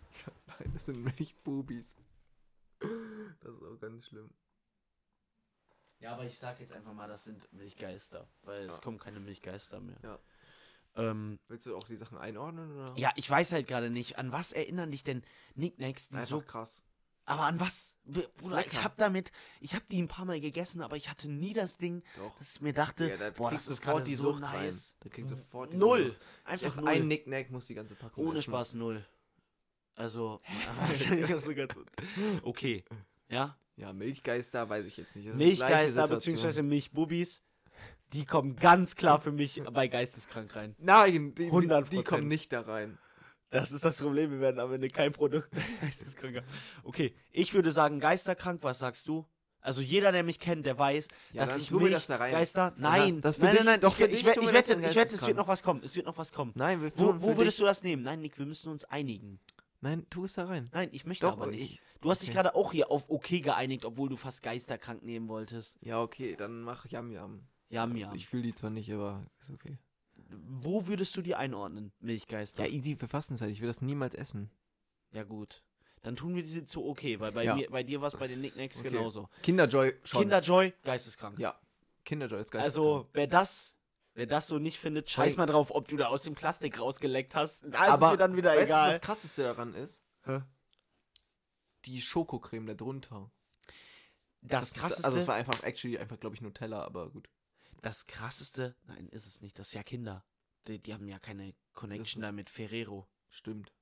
Nein, das sind Milchbubis. Das ist auch ganz schlimm. ja, aber ich sag jetzt einfach mal, das sind Milchgeister, weil Ja. es kommen keine Milchgeister mehr. Ja. Ähm, Willst du auch die Sachen einordnen? Oder? ja, ich weiß halt gerade nicht, an was erinnern dich denn Nicknacks, die einfach so krass. Aber an was? Br- Bruder, ich lecker. hab damit, ich hab die ein paar Mal gegessen, aber ich hatte nie das Ding, Doch. dass ich mir dachte, Ja, da boah, kriegst das ist sofort gerade die so Sucht nice. rein. Da kriegst du sofort die Null. Sucht. Ich Einfach esse null. ein Nicknack, muss die ganze Packung Ohne essen. Spaß null. Also, wahrscheinlich auch so ganz. Okay. Ja? Ja, Milchgeister weiß ich jetzt nicht. Das ist die gleiche Milchgeister Situation. bzw. Milchbubis, die kommen ganz klar für mich bei Geisteskrank rein. Nein, die, die, die 100%. kommen nicht da rein. Das ist das Problem, wir werden am Ende kein Produkt mehr geisteskranker. Okay, ich würde sagen geisterkrank, was sagst du? Also jeder, der mich kennt, der weiß, Ja, dass dann ich tu mir mich das da rein. Geister... Dann Nein, lass- das für nein, dich- nein, nein, doch ich, für ich, dich ich, wette, tun wir ich, das dann wette, ich wette, es wird geisteskrank. noch was kommen, es wird noch was kommen. Nein, wir Wo, wo würdest du das nehmen? Nein, Nick, wir müssen uns einigen. Nein, tu es da rein. Nein, ich möchte Doch, aber nicht. ich- du hast dich okay. gerade auch hier auf okay geeinigt, obwohl du fast geisterkrank nehmen wolltest. Ja, okay, dann mach Yam Yam. Jam, jam. Ich fühle die zwar nicht, aber ist okay. Wo würdest du die einordnen, Milchgeister? Ja, easy für Fastenzeit. Ich will das niemals essen. Ja, gut. Dann tun wir diese zu okay, weil bei, Ja. mir, bei dir war es bei den Nicknacks Okay. genauso. Kinderjoy schon. Kinderjoy, geisteskrank. Ja. Kinderjoy ist geil. also, wer das, wer das so nicht findet, scheiß Hey. mal drauf, ob du da aus dem Plastik rausgeleckt hast. Da ist Aber es mir dann wieder weißt du, was egal. das krasseste daran ist? Die Schokocreme da drunter. Das, Krasseste? krasseste, Also es das, war einfach actually einfach glaube ich Nutella, aber gut. krasseste, nein, ist es nicht. Das ist ja Kinder. Die, die haben ja keine Connection ist- da mit Ferrero. Stimmt.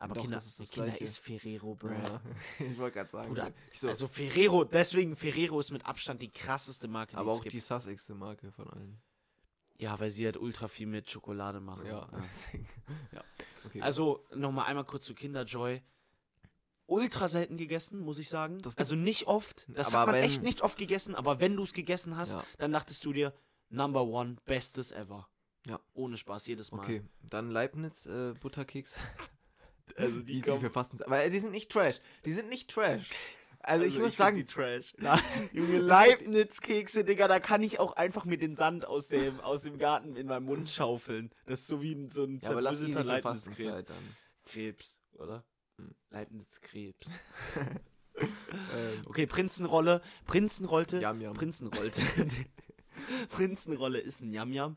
Aber Doch, Kinder, das ist das Kinder Gleiche. ist Ferrero, bro. Ja. ich wollte gerade sagen. Bruder, ich so, Also Ferrero, deswegen Ferrero ist mit Abstand die krasseste Marke, die aber es auch gibt. die sassigste Marke von allen. Ja, weil sie halt ultra viel mit Schokolade machen. Ja. deswegen. ja. Okay. Also, nochmal einmal kurz zu Kinderjoy. Ultra selten gegessen, muss ich sagen. Das also gibt's- nicht oft. Das Aber hat man wenn- echt nicht oft gegessen, aber wenn du es gegessen hast, Ja. dann dachtest du dir, Number One, bestes ever. Ja. Ohne Spaß, jedes Mal. okay, dann Leibniz äh, Butterkeks. Also Die Easy für Fastenzeit. Aber äh, die sind nicht trash. Die sind nicht trash. Also, ich muss sagen, Trash. Nein. Junge, Leibniz-Kekse, Digga, da kann ich auch einfach mir den Sand aus dem, aus dem Garten in meinen Mund schaufeln. Das ist so wie ein- so ein Ja, aber lass easy zerbröselter für Leibniz-Krebs. Fastenzeit dann. Krebs, oder? Hm. Leibniz-Krebs. Ähm, Okay, Prinzenrolle. Prinzenrollte. Yam Yam. Prinzenrollte. Prinzenrolle ist ein Yam-Yam.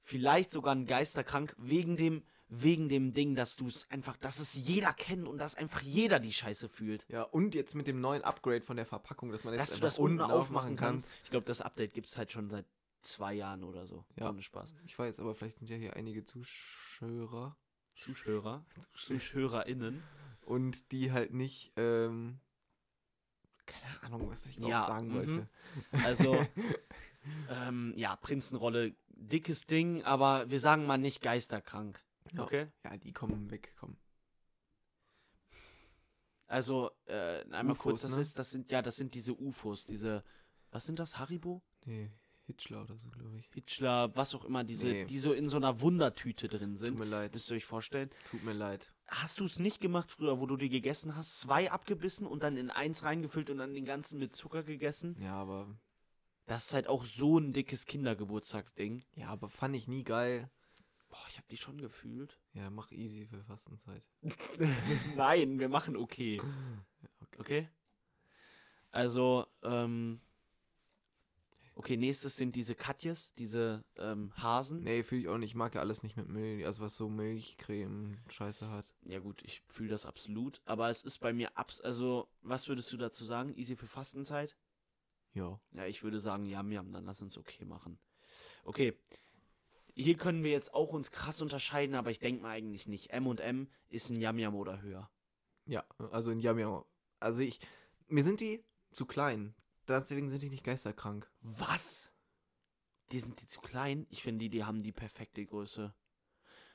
Vielleicht sogar ein Geisterkrank wegen dem, wegen dem Ding, dass du es einfach, dass es jeder kennt und dass einfach jeder die Scheiße fühlt. Ja, und jetzt mit dem neuen Upgrade von der Verpackung, dass man jetzt Dass du einfach das unten aufmachen kannst. Ich glaube, das Update gibt es halt schon seit zwei Jahren oder so. Ja. Ohne Spaß. Ich weiß, aber vielleicht sind ja hier einige Zuschauer Zuschauer, ZuschauerInnen. und die halt nicht, ähm, keine Ahnung, was ich überhaupt Ja, sagen mhm. wollte. Also, ähm, ja, Prinzenrolle, dickes Ding, aber wir sagen mal nicht geisterkrank. Ja. Okay? Ja, die kommen weg, komm. Also, äh, einmal UFOs, kurz, das ne? ist, das sind, ja, das sind diese UFOs, diese, was sind das, Haribo? Nee, Hitchler oder so, glaube ich. Hitchler, was auch immer, diese, Nee. die so in so einer Wundertüte drin Tut sind. mir leid, Müsst ihr euch vorstellen. tut mir leid. Hast du es nicht gemacht früher, wo du die gegessen hast, zwei abgebissen und dann in eins reingefüllt und dann den ganzen mit Zucker gegessen? Ja, aber, Das ist halt auch so ein dickes Kindergeburtstag-Ding. ja, aber fand ich nie geil. Boah, ich hab die schon gefühlt. Ja, mach easy für Fastenzeit. Nein, wir machen okay. Okay? Also, ähm. Okay, nächstes sind diese Katjes, diese ähm, Hasen. Nee, fühle ich auch nicht. Ich mag ja alles nicht mit Milch, also was so Milchcreme Scheiße hat. Ja, gut, ich fühle das absolut. Aber es ist bei mir abs. Also, was würdest du dazu sagen? Easy für Fastenzeit? Ja. Ja, ich würde sagen, jam, jam, dann lass uns okay machen. Okay. Hier können wir jetzt auch uns krass unterscheiden, aber ich denke mal eigentlich nicht. M und M ist ein Yam Yam oder höher. Ja, also in Yam Yam. Also ich, mir sind die zu klein. Deswegen sind die nicht geisterkrank. Was? Die sind die zu klein? Ich finde, die, die haben die perfekte Größe.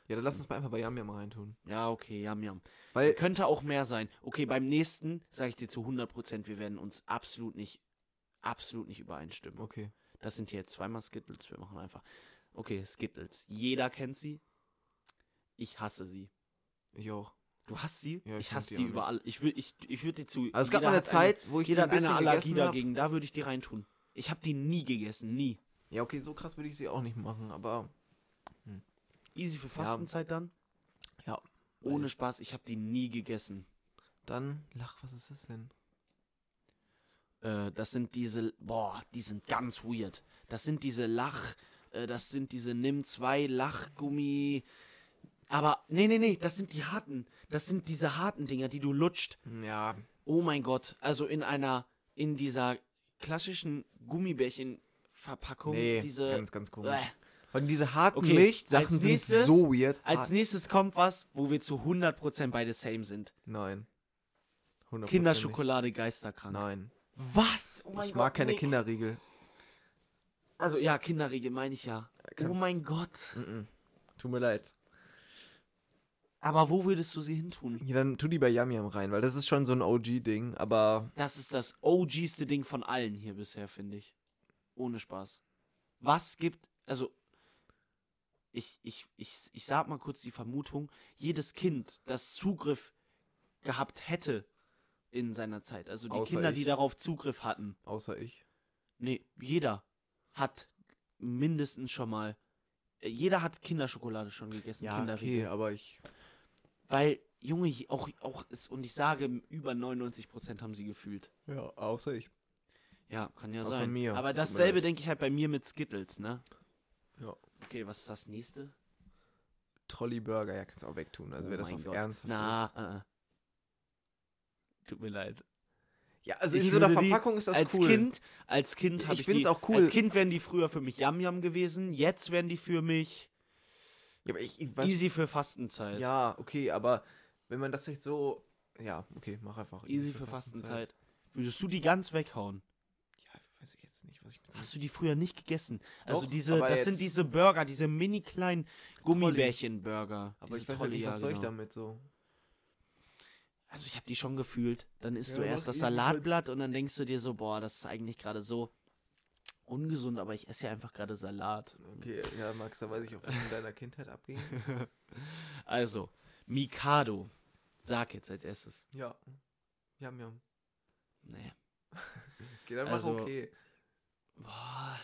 Ja, dann lass uns mal einfach bei Yam Yam reintun. Ja, okay, Yam Yam. Weil, Könnte auch mehr sein. Okay, beim nächsten sage ich dir zu 100%, wir werden uns absolut nicht, absolut nicht übereinstimmen. okay. Das sind hier jetzt zweimal Skittles. Wir machen einfach. Okay, Skittles. Jeder kennt sie. Ich hasse sie. Ich auch. Du hast sie? Ja, ich ich find hasse die die, auch überall. Ich würde ich, ich würd die zu. Also es gab jeder mal eine hat eine- Zeit, wo ich die jeder ein hat eine bisschen Allergie gegessen hab. dagegen. Da würde ich die reintun. Ich habe die nie gegessen. Nie. Ja, okay, so krass würde ich sie auch nicht machen, aber Easy für Fastenzeit dann. Ja. Ohne Spaß, ich habe die nie gegessen. dann, lach, was ist das denn? Äh, das sind diese, boah, die sind ganz weird. Das sind diese Lach, äh, das sind diese Nimm 2 Lachgummi. Aber, nee, nee, nee, das sind die harten. Das sind diese harten Dinger, die du lutscht. Ja, oh mein Gott, also in einer, in dieser klassischen Gummibärchen-Verpackung, Nee, diese. ganz, ganz komisch. Bäh. Und diese harten Okay, Milchsachen als sind nächstes- so weird. Als Hart- nächstes kommt was, wo wir zu 100% beide same sind. Nein. 100% Kinderschokolade geisterkrank. Nein. Was? Oh ich mag keine nee. Kinderriegel. Oh Also ja, Kinderriegel meine ich ja. Oh Kannst- mein Gott. Mhm. Tut mir leid. Aber wo würdest du sie hintun? Ja, dann tu die bei Yam Yam rein, weil das ist schon so ein OG-Ding, aber Das ist das OGste Ding von allen hier bisher, finde ich. Ohne Spaß. Was gibt, also ich, ich, ich, ich sag mal kurz die Vermutung, jedes Kind, das Zugriff gehabt hätte in seiner Zeit, also die Außer Kinder, ich. die darauf Zugriff hatten, außer ich. Nee, jeder hat mindestens schon mal. äh, Jeder hat Kinderschokolade schon gegessen, Ja, Kinderriegel. okay, aber ich. Weil, Junge, je- auch, auch ist, und ich sage, über 99% haben sie gefühlt. Ja, außer ich. Ja, kann ja Außer sein. mir. Aber Tut mir dasselbe leid. denke ich halt bei mir mit Skittles, ne? Ja. Okay, was ist das nächste? Trolley Burger, ja, kannst du auch wegtun. Also Oh wer das mein auf Gott. ernsthaft Na, ist. äh, äh. Tut mir leid. Ja, also Ich in so einer würde die- Verpackung ist das als cool. Kind, als Kind Ich habe ich, find's die, auch cool. Als Kind wären die früher für mich Yam Yam gewesen, jetzt wären die für mich ja, aber ich, ich weiß, easy für Fastenzeit. ja, okay, aber wenn man das jetzt so. Ja, okay, mach einfach. Easy für Fastenzeit. Würdest du die ganz weghauen? Ja, weiß ich jetzt nicht, was ich mit so- Hast du die früher nicht gegessen? Also Doch, diese, aber das sind jetzt- diese Burger, diese mini kleinen Gummibärchen-Burger. Aber diese ich weiß halt Trolley, nicht, ja, was soll ich genau. damit so. Also ich habe die schon gefühlt. Dann isst Ja, du mach erst das easy halt. Salatblatt und dann denkst du dir so, boah, das ist eigentlich gerade so ungesund, aber ich esse ja einfach gerade Salat. Okay, ja, Max, da weiß ich auch, was in deiner Kindheit abging. Also, Mikado. Sag jetzt als erstes. Ja. Jam, jam. Nee. Geht einfach Also- okay. Boah.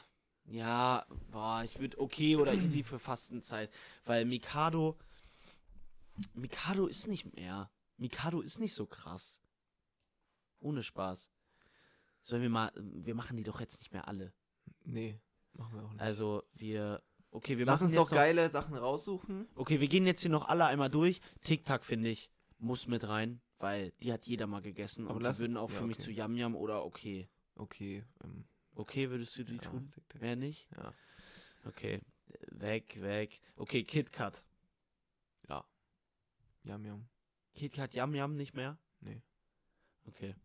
Ja, boah, ich würde okay oder easy für Fastenzeit, weil Mikado Mikado ist nicht mehr. Mikado ist nicht so krass. Ohne Spaß. Sollen wir mal wir machen die doch jetzt nicht mehr alle. Nee, machen wir auch nicht. Also, wir okay, wir Lass machen uns doch jetzt noch- geile Sachen raussuchen. Okay, wir gehen jetzt hier noch alle einmal durch. Tic Tac finde ich muss mit rein, weil die hat jeder mal gegessen Aber und lass- die würden auch ja, für mich okay. zu Yam Yam oder okay. Okay. Ähm, Okay, würdest du die ja, tun? Tic Tac. Mehr nicht? Ja. Okay. Weg, weg. Okay, KitKat. Yam, yam. KitKat Yam Yam nicht mehr? Nee. Okay.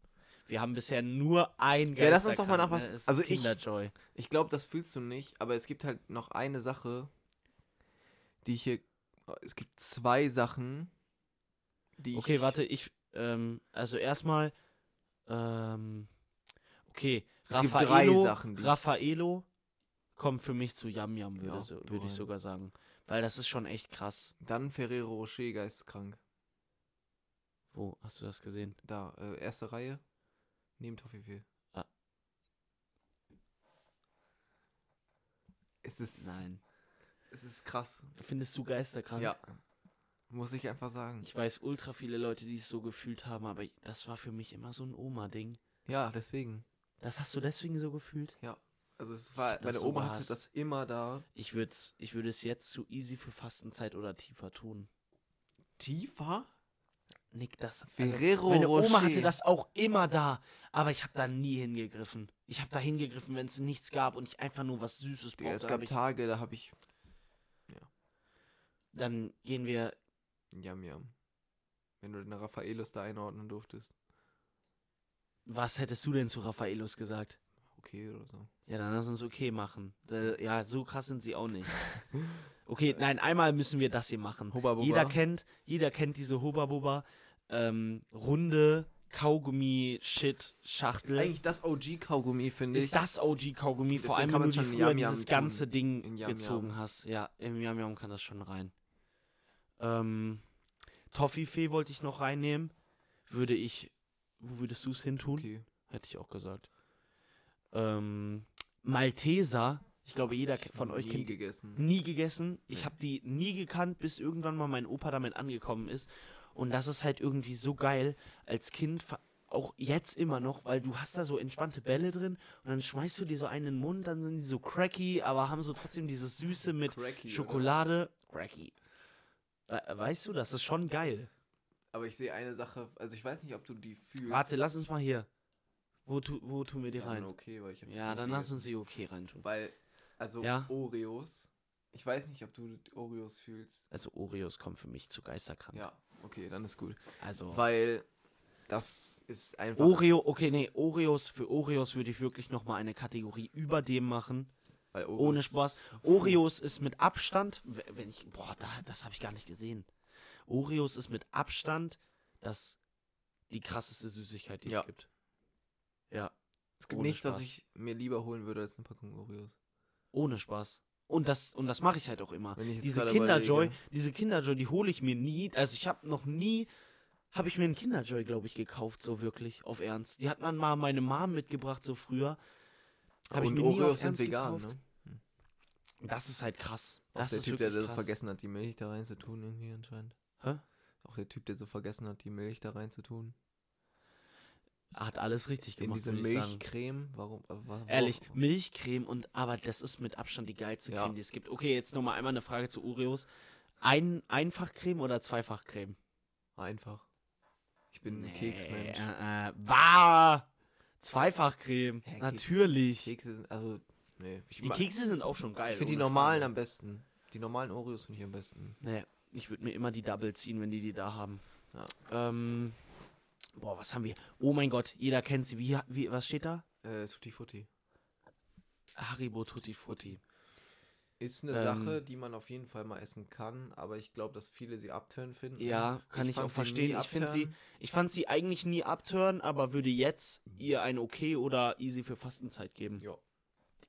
Wir haben bisher nur ein Ja, lass uns doch mal Geisterkrank, nach was- ne? Es ist also ich- Kinderjoy. Ich glaube, das fühlst du nicht, aber es gibt halt noch eine Sache, die ich hier. Es gibt zwei Sachen, die Okay, ich. warte, ich. Ähm, also erstmal. Ähm, okay. Es gibt drei Raffaello, Sachen, die ich- Raffaello kommt für mich zu Yam Yam, würde, Ja, so, du würde ich rein. sogar sagen. Weil das ist schon echt krass. Dann Ferrero Rocher geisteskrank. Wo hast du das gesehen? Da, äh, erste Reihe. Neben Toffifee. Ah. Es ist, Nein. es ist krass. Findest du geisterkrank? Ja. Muss ich einfach sagen. Ich weiß ultra viele Leute, die es so gefühlt haben, aber ich- das war für mich immer so ein Oma-Ding. Ja, deswegen. Das hast du deswegen so gefühlt? Also es war, hab das meine so Oma hatte gehasst. das immer da. Ich würde ich würd es jetzt zu easy für Fastenzeit oder tiefer tun. Tiefer? Nick, das. also, Ferrero meine Oma hatte Rocher. das auch immer da, aber ich habe da nie hingegriffen. Ich habe da hingegriffen, wenn es nichts gab und ich einfach nur was Süßes Digga, brauchte. es hab gab ich, Tage, da habe ich dann gehen wir. Yam Yam. Wenn du den Raffaelos da einordnen durftest. Was hättest du denn zu Raffaelos gesagt? Okay oder so. Ja, dann lass uns okay machen. Äh, Ja, so krass sind sie auch nicht. Okay, nein, einmal müssen wir das hier machen. Hubba Bubba. Jeder kennt, jeder kennt diese Hubba-Bubba, ähm, runde Ist Kaugummi-Shit-Schachtel. Ist, eigentlich das OG-Kaugummi, finde ich. das OG-Kaugummi, vor Deswegen allem wenn kann du man's dir schon in früher Yam Yam dieses tun. ganze Ding In Yam gezogen Yam. hast. Ja, im Yam Yam kann das schon rein. Ähm, Toffifee wollte ich noch reinnehmen. Würde ich, wo würdest du es hintun? okay. Hätte ich auch gesagt. Ähm, Malteser, ich glaube, jeder von euch nie kennt gegessen. nie gegessen. Ich Nee. habe die nie gekannt, bis irgendwann mal mein Opa damit angekommen ist. Und das ist halt irgendwie so geil als Kind, fa- auch jetzt immer noch, weil du hast da so entspannte Bälle drin und dann schmeißt du die so einen in den Mund, dann sind die so cracky, aber haben so trotzdem dieses Süße mit Cracky, oder? Schokolade. Cracky. We- Weißt du, das ist schon geil. Aber ich sehe eine Sache, also ich weiß nicht, ob du die fühlst. Warte, lass uns mal hier. Wo, tu, wo tun wir die ja, dann rein? okay, weil ich hab die Ja, noch dann nie lass gegessen. uns die okay reintun. Weil, also Ja. Oreos. Ich weiß nicht, ob du die Oreos fühlst. Also Oreos kommen für mich zu Geisterkrank. Ja, okay, dann ist gut. Also Weil das ist einfach. Oreo, okay, nee, Oreos, für Oreos würde ich wirklich nochmal eine Kategorie über dem machen. weil Oreos Ohne Spaß. Oh. Oreos ist mit Abstand, w- wenn ich, boah, da, das habe ich gar nicht gesehen. Oreos ist mit Abstand das, die krasseste Süßigkeit, die Ja. es gibt. Ja, Es gibt ohne nichts, das Spaß. ich mir lieber holen würde als eine Packung Oreos. ohne Spaß. Und das, und das mache ich halt auch immer. Wenn ich jetzt Diese gerade Kinderjoy, überlege. diese Kinderjoy, die hole ich mir nie. Also ich habe noch nie, habe ich mir einen Kinderjoy, glaube ich, gekauft, so wirklich, auf Ernst. Die hat man mal meine Mom mitgebracht, so früher. Habe ich Und mir nie auf Oreos sind Ernst vegan, gekauft. ne? Das ist halt krass. Auch Das der ist Typ, der wirklich so krass. vergessen hat, die Milch da rein zu tun, irgendwie anscheinend. Hä? Auch der Typ, der so vergessen hat, die Milch da rein zu tun. Hat alles richtig In gemacht, diese würde ich sagen. Milchcreme. Warum? äh, wa- wo- Ehrlich, Milchcreme und aber das ist mit Abstand die geilste Ja. Creme, die es gibt. Okay, jetzt nochmal einmal eine Frage zu Oreos. Ein Einfachcreme oder Zweifachcreme? Einfach. Ich bin ein Keksmensch. Äh, äh, bah! Zweifachcreme. Hä, Keks- Natürlich. Kekse sind, also, nee. Ich, Die ma- Kekse sind auch schon geil. ich finde die ohne normalen Frage. am besten. Die normalen Oreos finde ich am besten. Nee, ich würde mir immer die Double ziehen, wenn die die da haben. Ähm, boah, was haben wir? Oh mein Gott, jeder kennt sie. Wie, wie, was steht da? Äh, Tutti Frutti. Haribo Tutti Frutti. Ist eine Ähm. Sache, die man auf jeden Fall mal essen kann, aber ich glaube, dass viele sie abtönen finden. Ja, kann ich, fand auch sie verstehen. nie Ich finde sie, abtönen. ich fand sie eigentlich nie abtören, aber würde jetzt ihr ein Okay oder Easy für Fastenzeit geben. Ja.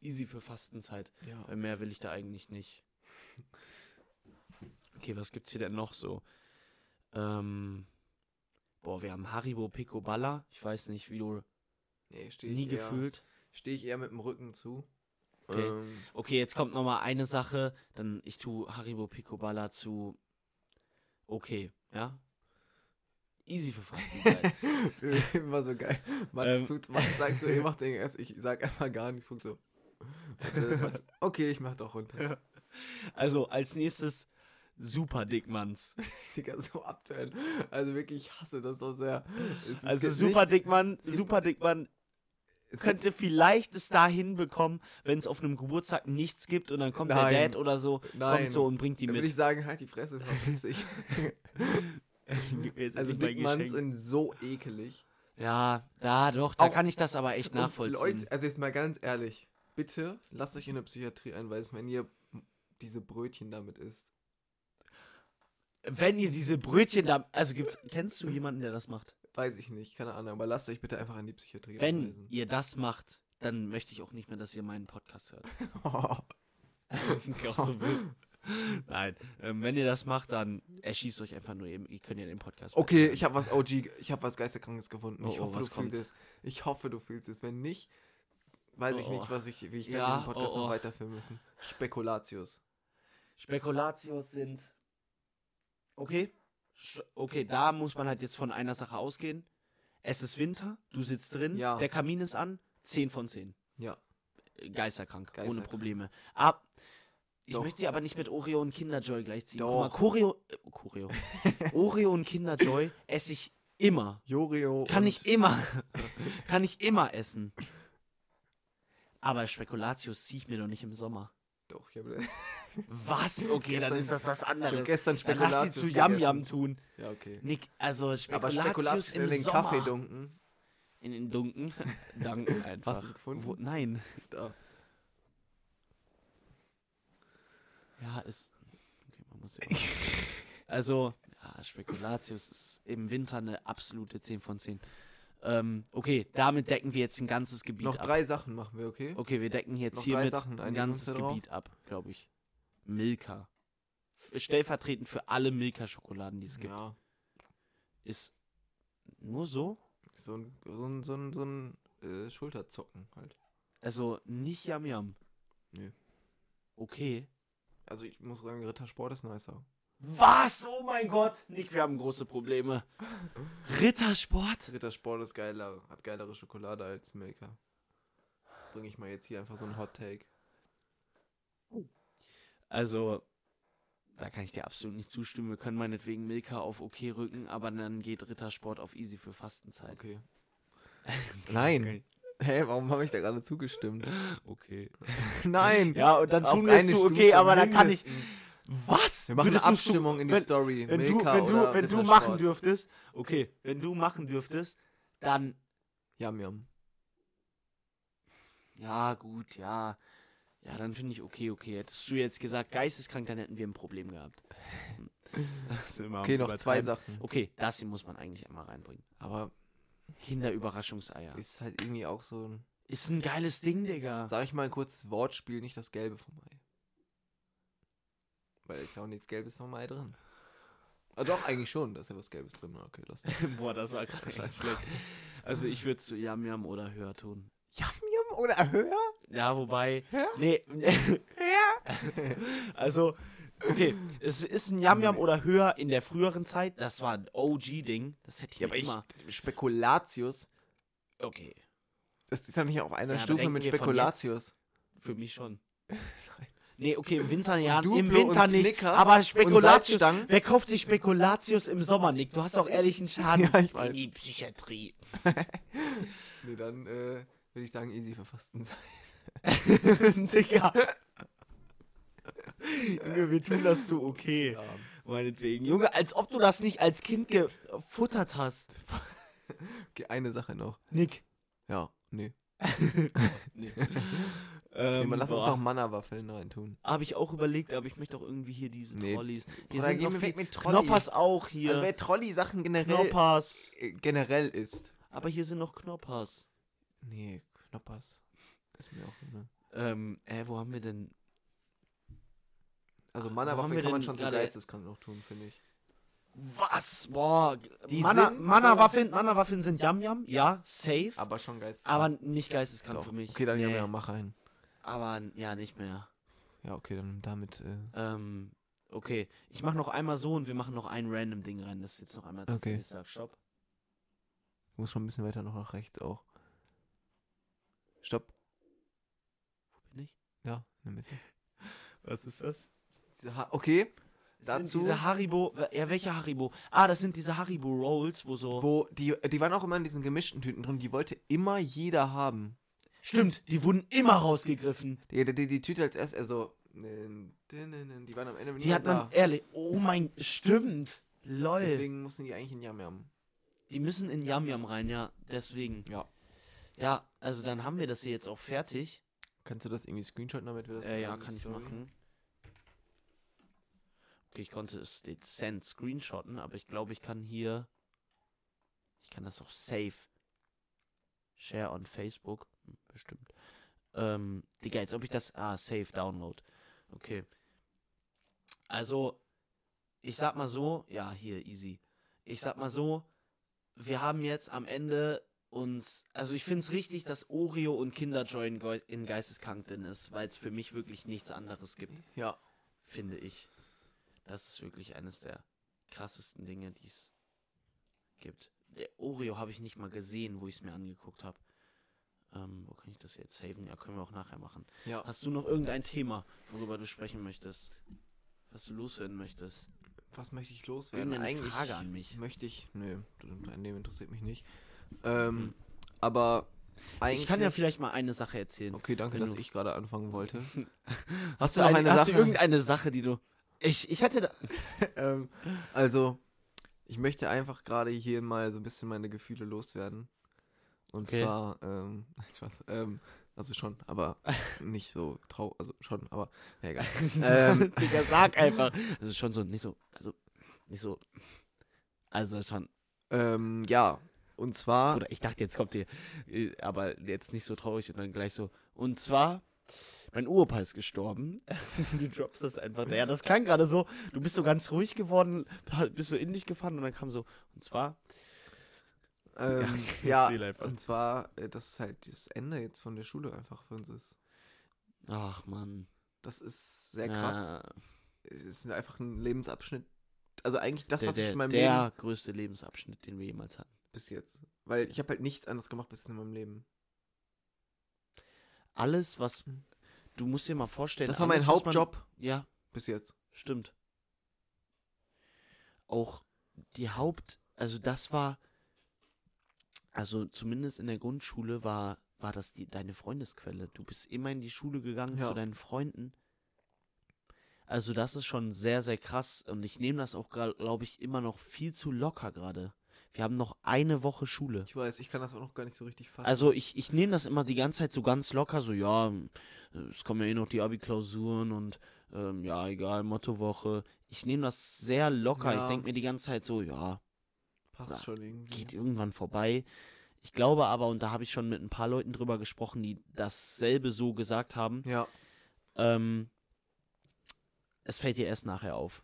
Easy für Fastenzeit. Ja. Weil Äh, mehr will ich da eigentlich nicht. Okay, was gibt's hier denn noch so? Ähm. Boah, wir haben Haribo Pico Balla. Ich weiß nicht, wie du Nee, stehe nie ich, eher- gefühlt. steh ich eher mit dem Rücken zu. Okay. Ähm, Okay, jetzt kommt nochmal eine Sache. Dann ich tue Haribo Pico Balla zu. Okay, ja? Easy für Fastenzeit. Immer so geil. Max, Ähm. tut, Max sagt so, ihr macht den erst. Ich sag einfach gar nichts. Guck so. Und, Max, okay, ich mach doch runter. also, als nächstes Super Dickmanns. Digga, so abtönen. Also wirklich, ich hasse das so sehr. Es ist Also, jetzt Super nicht- Dickmann, Super Dickmann es könnte. könnte vielleicht es da hinbekommen, wenn es auf einem Geburtstag nichts gibt und dann kommt der Nein. Dad oder so, Nein. kommt so und bringt die Dann würde ich mit. sagen, halt die Fresse, verpiss dich. Gib mir jetzt also endlich mein Dickmanns Geschenk. sind so ekelig. Ja, da doch, da Auch- kann ich das aber echt Und nachvollziehen. Leute, also jetzt mal ganz ehrlich, bitte lasst euch in der Psychiatrie einweisen, wenn ihr diese Brötchen damit isst. Wenn ihr diese Brötchen da, also gibt's, kennst du jemanden, der das macht? Weiß ich nicht, keine Ahnung, aber lasst euch bitte einfach in die Psychiatrie Wenn einweisen. ihr das macht, dann möchte ich auch nicht mehr, dass ihr meinen Podcast hört. Auch so wild. Nein, ähm, wenn ihr das macht, dann erschießt euch einfach nur eben, ihr könnt ja den Podcast. okay, weiterhören. ich habe was OG, ich habe was Geisterkrankes gefunden. Oh, Ich oh, hoffe, was du kommt? fühlst es. Ich hoffe, du fühlst es. Wenn nicht, weiß ich Oh, oh. nicht, was ich, wie ich Ja, dann diesen Podcast oh, oh. noch weiterführen müssen. Spekulatius. Spekulatius sind. Okay. Sch- Okay, da muss man halt jetzt von einer Sache ausgehen. Es ist Winter, du sitzt drin, Ja. der Kamin ist an, 10 von 10. Ja. Äh, Geisterkrank, ohne Geisterkrank. Probleme. Ab. Ich Doch. möchte sie aber nicht mit Oreo und Kinderjoy gleichziehen. Guck Doch. mal, Choreo, äh, Choreo. Oreo und Kinderjoy esse ich immer. Jorio. Kann und- ich immer. kann ich immer essen. Aber Spekulatius ziehe ich mir doch nicht im Sommer. Doch, ich habe Was? Okay, dann Gestern- ist das was ich hab anderes. gestern Dann lass sie Spekulatius. zu Yam Yam gegessen. tun. Ja, okay. Nick, also Aber Spekulatius, Spekulatius im in den Sommer. Kaffee dunken. In den Dunken. Danken einfach. Hast du's gefunden? Wo, nein. Da. Ja, ist. Okay, man muss ja also, ja, Spekulatius ist im Winter eine absolute 10 von 10. Ähm, okay, damit decken wir jetzt ein ganzes Gebiet Noch ab. drei Sachen machen wir, okay? okay, wir decken jetzt noch drei hiermit Sachen. ein Einigen ganzes wir uns da drauf? Gebiet ab, glaube ich. Milka. F- Stellvertretend für alle Milka-Schokoladen, die es gibt. Ja. Ist nur so? So ein, so ein, so ein, so ein äh, Schulterzucken halt. Also nicht Yam Yam. Nö. Okay. Also ich muss sagen, Rittersport ist nicer. Was? Oh mein Gott. Nick, wir haben große Probleme. Rittersport? Rittersport ist geiler, hat geilere Schokolade als Milka. Bringe ich mal jetzt hier einfach so einen Hot Take. Also, Da kann ich dir absolut nicht zustimmen. Wir können meinetwegen Milka auf OK rücken, aber dann geht Rittersport auf Easy für Fastenzeit. Okay. Nein. Hä, hey, warum habe ich da gerade zugestimmt? Okay. Nein. Ja, und dann Auf tun wir es eine zu, Stufe okay, aber da kann ich. mindestens. Was? Wir machen eine Würdest du zu- Abstimmung in die wenn- Story. Wenn du, Milka wenn du, oder wenn du Rittersport. machen dürftest, okay, wenn du machen dürftest, dann. Yam, yam. Ja, gut, ja. Ja, dann finde ich okay, okay. Hättest du jetzt gesagt, geisteskrank, dann hätten wir ein Problem gehabt. Okay, noch zwei Sachen. Okay, das hier muss man eigentlich einmal reinbringen. Aber Kinderüberraschungseier. ist halt irgendwie auch so ein. Ist ein geiles Ding, Digga. Sag ich mal ein kurzes Wortspiel, nicht das Gelbe vom Ei. Weil ist ja auch nichts Gelbes vom Ei drin. Ah, doch, eigentlich schon, da ist ja was Gelbes drin. Na, Okay, lass das. Boah, das war gerade echt schlecht. Also ich würde zu Yam Yam oder Hör tun. Yam Yam oder Hör? Ja, wobei. Hör? Nee. also, okay. Es ist ein Yam Yam oder Hör in der früheren Zeit. Das war ein OG-Ding. Das hätte ich ja, Ja, aber mir ich. immer. Spekulatius. Okay. Das ist ja nicht auf einer Ja, aber Stufe denken mit wir von Spekulatius. Für mich schon. Nein. Nee, okay, im Winter ja. Duplo Im Winter und nicht. Snickers aber Und Spekulatius. Salzstangen? Wer kauft sich Spekulatius im Sommer, Nick? Du hast doch ehrlich einen Schaden Ja, ich in weiß. die Psychiatrie. Nee, dann äh, würde ich sagen, easy verfassten sein. Digga. Junge, wir tun das so okay. Meinetwegen. Junge, als ob du das nicht als Kind gefuttert hast. Okay, eine Sache noch. Nick. Ja, nee. Nee. nee ähm, man lass uns boah. noch Manna-Waffeln reintun. Habe ich auch überlegt, aber ich möchte auch irgendwie hier diese Nee. Trolleys. Hier Oder sind gehen noch wir viel- weg mit Trolli. Knoppers auch hier. Also, wer Trolli-Sachen generell, Knoppers. äh, generell ist. Aber hier sind noch Knoppers. Nee, Knoppers. Ist mir auch so, ne? Ähm, äh, wo haben wir denn? Also haben Manna-Waffeln wir kann man denn schon so gerade- geisteskrank noch tun, finde ich. Was? Boah. Die Mana- sind- Mana-Waffeln Mana -Waffeln sind Yam-Yam. Ja, safe. Aber, Aber schon geisteskrank. aber nicht geisteskrank für mich. Okay, dann ja, Nee. ja, mach einen. Aber ja, nicht mehr. Ja, okay, dann damit. Äh, Ähm, okay. Ich mach noch einmal so und wir machen noch ein random Ding rein. Das ist jetzt noch einmal zu Okay. viel. Ich sag Stopp. muss schon ein bisschen weiter noch nach rechts auch. Stopp. Wo bin ich? Ja, in der Mitte. Was ist das? Diese Ha- Okay, Das Dazu- sind diese Haribo. Ja, welche Haribo? Ah, das sind diese Haribo Rolls, wo so. wo die, die waren auch immer in diesen gemischten Tüten drin, die wollte immer jeder haben. Stimmt, die wurden immer rausgegriffen. Die, die, die Tüte als erst, also. Die waren am Ende Die hat man ehrlich. Oh mein, stimmt. Lol. Deswegen mussten die eigentlich in Yam Yam. Die müssen in Yam Yam rein, ja. Deswegen. Ja. Ja, also dann haben wir das hier jetzt auch fertig. Kannst du das irgendwie screenshotten, damit wir das. Äh, in ja, unsere kann ich Story- machen. Okay, ich konnte es dezent screenshotten, aber ich glaube, ich kann hier. Ich kann das auch safe. Share on Facebook. Hm, Bestimmt. Ähm, Digga, als ob ich das. Ah, safe download. Okay. Also, ich sag mal so. Ja, hier, easy. Ich sag mal so. Wir haben jetzt am Ende uns, also ich finde es richtig, dass Oreo und Kinderjoy in, Geu- in Geisteskrank drin ist, weil es für mich wirklich nichts anderes gibt, Ja. finde ich. Das ist wirklich eines der krassesten Dinge, die es gibt. Der Oreo habe ich nicht mal gesehen, wo ich es mir angeguckt habe. Ähm, wo kann ich das jetzt saven? Ja, können wir auch nachher machen. Ja. Hast du noch irgendein Thema, worüber du sprechen möchtest? Was du loswerden möchtest? Was möchte ich loswerden? Irgendeine Eigentlich Frage an mich. Möchte ich. Nö, an dem interessiert mich nicht. Ähm, aber. Eigentlich. Mhm. Ich kann ja vielleicht mal eine Sache erzählen. Okay, danke, wenn dass du- ich gerade anfangen wollte. Hast du noch eine hast Sache? du irgendeine Sache, die du. Ich, ich hatte da. ähm, also, ich möchte einfach gerade hier mal so ein bisschen meine Gefühle loswerden. Und Okay. zwar, ähm, nein, Spaß, ähm, also schon, aber nicht so trau, also schon, aber ja, egal. ähm, Digga, sag einfach. Das ist schon so, nicht so, also, nicht so. Also schon, ähm, ja, und zwar, oder ich dachte, jetzt kommt ihr, äh, aber jetzt nicht so traurig und dann gleich so. Und zwar, mein Uropa ist gestorben. du droppst das einfach. Ja, das klang gerade so. Du bist so ganz ruhig geworden, bist so in dich gefahren und dann kam so, und zwar. ähm, okay, ja, erzähl einfach. und zwar, äh, dass halt dieses Ende jetzt von der Schule einfach für uns ist. Ach man. Das ist sehr krass. Ja, Es ist einfach ein Lebensabschnitt. Also eigentlich das, der, was ich der, in meinem der Leben größte Lebensabschnitt, den wir jemals hatten. bis jetzt. Weil ich habe halt nichts anderes gemacht bis in meinem Leben. Alles, was. Du musst dir mal vorstellen, Hm. Das war mein alles, was man- Hauptjob Ja, bis jetzt. stimmt. auch die Haupt, also das war, also zumindest in der Grundschule war, war das die, deine Freundesquelle. Du bist immer in die Schule gegangen Ja. zu deinen Freunden. Also das ist schon sehr, sehr krass und ich nehme das auch, glaube ich, immer noch viel zu locker gerade. Wir haben noch eine Woche Schule. Ich weiß, ich kann das auch noch gar nicht so richtig fassen. Also ich, ich nehme das immer die ganze Zeit so ganz locker, so ja, es kommen ja eh noch die Abi-Klausuren und ähm, ja, egal, Mottowoche. Ich nehme das sehr locker. Ich Ja. denke mir die ganze Zeit so, ja, passt na, schon irgendwie. geht irgendwann vorbei. Ich glaube aber, und da habe ich schon mit ein paar Leuten drüber gesprochen, die dasselbe so gesagt haben, Ja, ähm, es fällt dir erst nachher auf.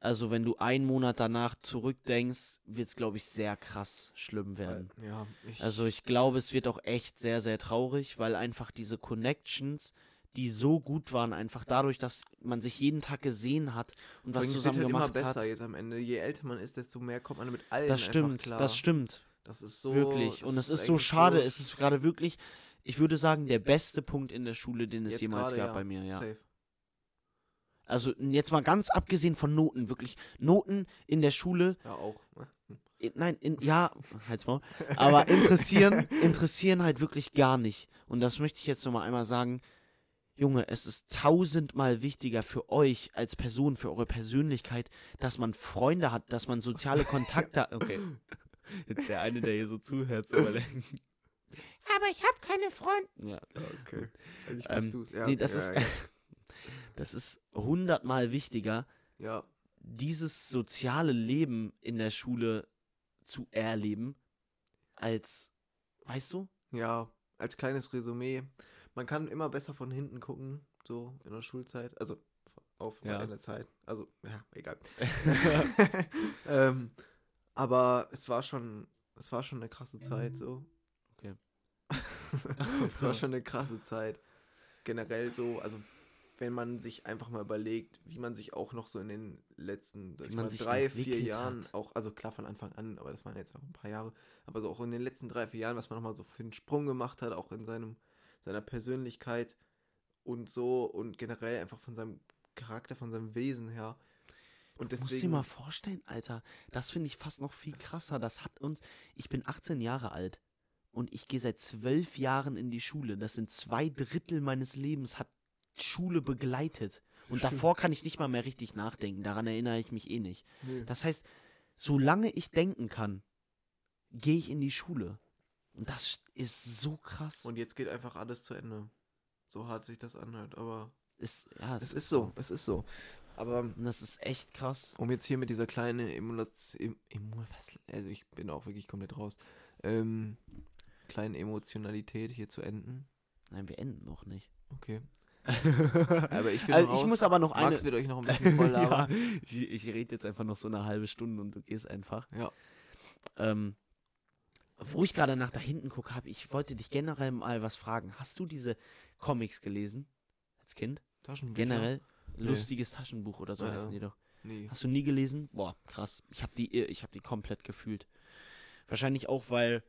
Also wenn du einen Monat danach zurückdenkst, wird es, glaube ich, sehr krass schlimm werden. weil- ja. Ich, Also ich glaube, es wird auch echt sehr, sehr traurig, weil einfach diese Connections, die so gut waren, einfach dadurch, dass man sich jeden Tag gesehen hat und was Übrigens wird zusammen halt gemacht immer besser hat. jetzt am Ende. Je älter man ist, desto mehr kommt man mit allen Das einfach stimmt, klar. das stimmt, Das ist so wirklich. das Und es ist so eigentlich schade, es ist gerade wirklich, ich würde sagen, der beste Punkt in der Schule, den es Jetzt jemals gerade, gab ja, bei mir, ja. Safe. Also jetzt mal ganz abgesehen von Noten, wirklich. Noten in der Schule, Ja, auch. ne? in, nein, in, ja, halt's mal. Aber interessieren, interessieren halt wirklich gar nicht. Und das möchte ich jetzt nochmal einmal sagen. Junge, es ist tausendmal wichtiger für euch als Person, für eure Persönlichkeit, dass man Freunde hat, dass man soziale Kontakte hat. Okay. Jetzt der eine, der hier so zuhört, so überlegen. Aber ich habe keine Freunde. Ja. Okay. Eigentlich Ähm, bist du's. Ja, nee, das ja, ist- Ja, Das ist hundertmal wichtiger, ja. dieses soziale Leben in der Schule zu erleben, als, weißt du? Ja, als kleines Resümee. Man kann immer besser von hinten gucken, so in der Schulzeit. Also auf Ja. eine Zeit. Also, ja, egal. ähm, aber es war schon, es war schon eine krasse Zeit, so. Okay. es war schon eine krasse Zeit. Generell so, also wenn man sich einfach mal überlegt, wie man sich auch noch so in den letzten ich man meine, sich drei, vier entwickelt Jahren, hat. auch, also klar von Anfang an, aber das waren jetzt auch ein paar Jahre, aber so auch in den letzten drei, vier Jahren, was man nochmal so für einen Sprung gemacht hat, auch in seinem, seiner Persönlichkeit und so und generell einfach von seinem Charakter, von seinem Wesen her. Und Deswegen, Musst du dir mal vorstellen, Alter. Das finde ich fast noch viel Das- krasser. Das hat uns. Ich bin 18 Jahre alt und ich gehe seit zwölf Jahren in die Schule. Das sind zwei Drittel meines Lebens, hat Schule begleitet. Und davor kann ich nicht mal mehr richtig nachdenken. Daran erinnere ich mich eh nicht. Nee. Das heißt, solange ich denken kann, gehe ich in die Schule. Und das ist so krass. Und jetzt geht einfach alles zu Ende. So hart sich das anhört, aber ist, ja, es ist so, es ist so. Aber Und das ist echt krass. um jetzt hier mit dieser kleinen Emulation, also ich bin auch wirklich komplett raus, ähm, kleinen Emotionalität hier zu enden. Nein, wir enden noch nicht. Okay. Aber ich bin also raus. ich muss aber noch eine. Max wird euch noch ein bisschen voll labern. ja, ich, ich rede jetzt einfach noch so eine halbe Stunde und du gehst einfach. Ja. Ähm, wo ich gerade nach da hinten gucke, habe ich wollte dich generell mal was fragen. Hast du diese Comics gelesen als Kind? Taschenbücher? Generell lustiges Taschenbuch oder so Ja, heißen ja. die doch. Nee. Hast du nie gelesen? Boah, krass. Ich habe die ich habe die komplett gefühlt. Wahrscheinlich auch, weil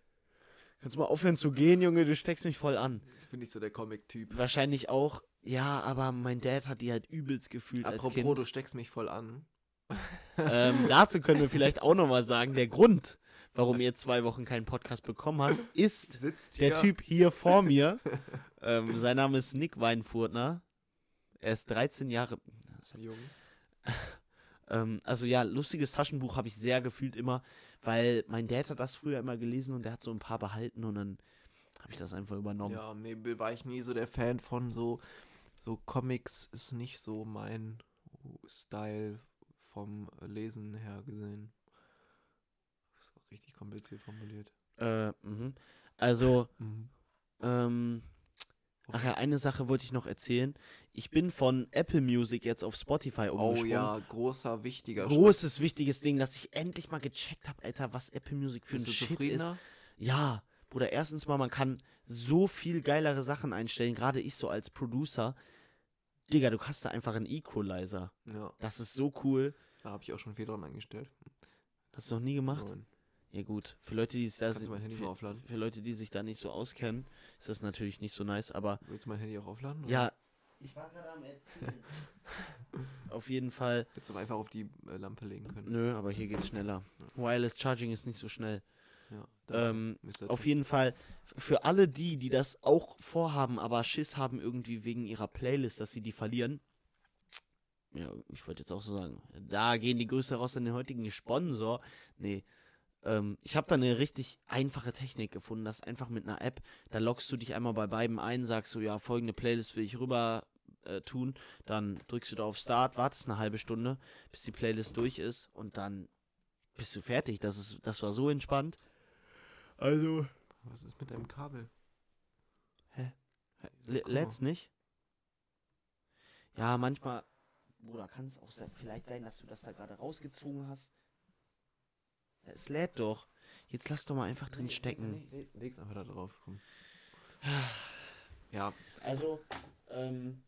Kannst du mal aufhören zu gehen, Junge, du steckst mich voll an. Ich bin nicht so der Comic-Typ. Wahrscheinlich auch, ja, aber mein Dad hat die halt übelst gefühlt als Kind. Apropos, du steckst mich voll an. Ähm, dazu können wir vielleicht auch nochmal sagen, der Grund, warum ihr zwei Wochen keinen Podcast bekommen hast, ist Sitzt der hier. Typ hier vor mir. Ähm, sein Name ist Nick Weinfurtner. Er ist 13 Jahre. Jung. Ähm, also ja, lustiges Taschenbuch habe ich sehr gefühlt immer, weil mein Dad hat das früher immer gelesen und der hat so ein paar behalten und dann habe ich das einfach übernommen. Ja, nee, b- war ich nie so der Fan von so, so Comics ist nicht so mein Style vom Lesen her gesehen. Ist auch richtig kompliziert formuliert. Äh, mhm. also Mhm. Ähm, ach ja, eine Sache wollte ich noch erzählen. Ich bin von Apple Music jetzt auf Spotify Oh umgesprungen. ja, großer, wichtiger Großes, wichtiges Ding, dass ich endlich mal gecheckt habe, Alter, was Apple Music für Schritt. Bist ein du Shit ist. zufriedener? Ja, Bruder, erstens mal, man kann so viel geilere Sachen einstellen, gerade ich so als Producer. Digga, du hast da einfach einen Equalizer. Ja, Das ist so cool. da habe ich auch schon viel dran eingestellt. Hast du noch nie gemacht? Nein. Ja gut, für Leute, die es da Kannst du mein Handy für, mal aufladen? für Leute, die sich da nicht so auskennen, ist das natürlich nicht so nice, aber Willst du mein Handy auch aufladen? oder? Ja, Ich war gerade am Erzählen. Auf jeden Fall. Hättest du einfach auf die äh, Lampe legen können. Nö, aber hier geht's schneller. Wireless Charging ist nicht so schnell. Ja, danke, Ähm, Mr. Auf Tim. jeden Fall, für alle die, die das auch vorhaben, aber Schiss haben irgendwie wegen ihrer Playlist, dass sie die verlieren. Ja, ich wollte jetzt auch so sagen, da gehen die Grüße raus an den heutigen Sponsor. Nee, ähm, ich habe da eine richtig einfache Technik gefunden, das ist einfach mit einer App, da loggst du dich einmal bei beiden ein, sagst so, ja, folgende Playlist will ich rüber äh, tun, dann drückst du da auf Start, wartest eine halbe Stunde, bis die Playlist durch ist und dann bist du fertig. Das, ist, das war so entspannt. Also, Was ist mit deinem Kabel? Le Guck mal. Let's nicht? Ja, manchmal. Bruder, kann es auch sein, vielleicht sein, dass du das da gerade rausgezogen hast? Ja, Es lädt doch. Jetzt lass doch mal einfach drin stecken. Ah. Leg's einfach da drauf. Komm. Ja, Also, ähm,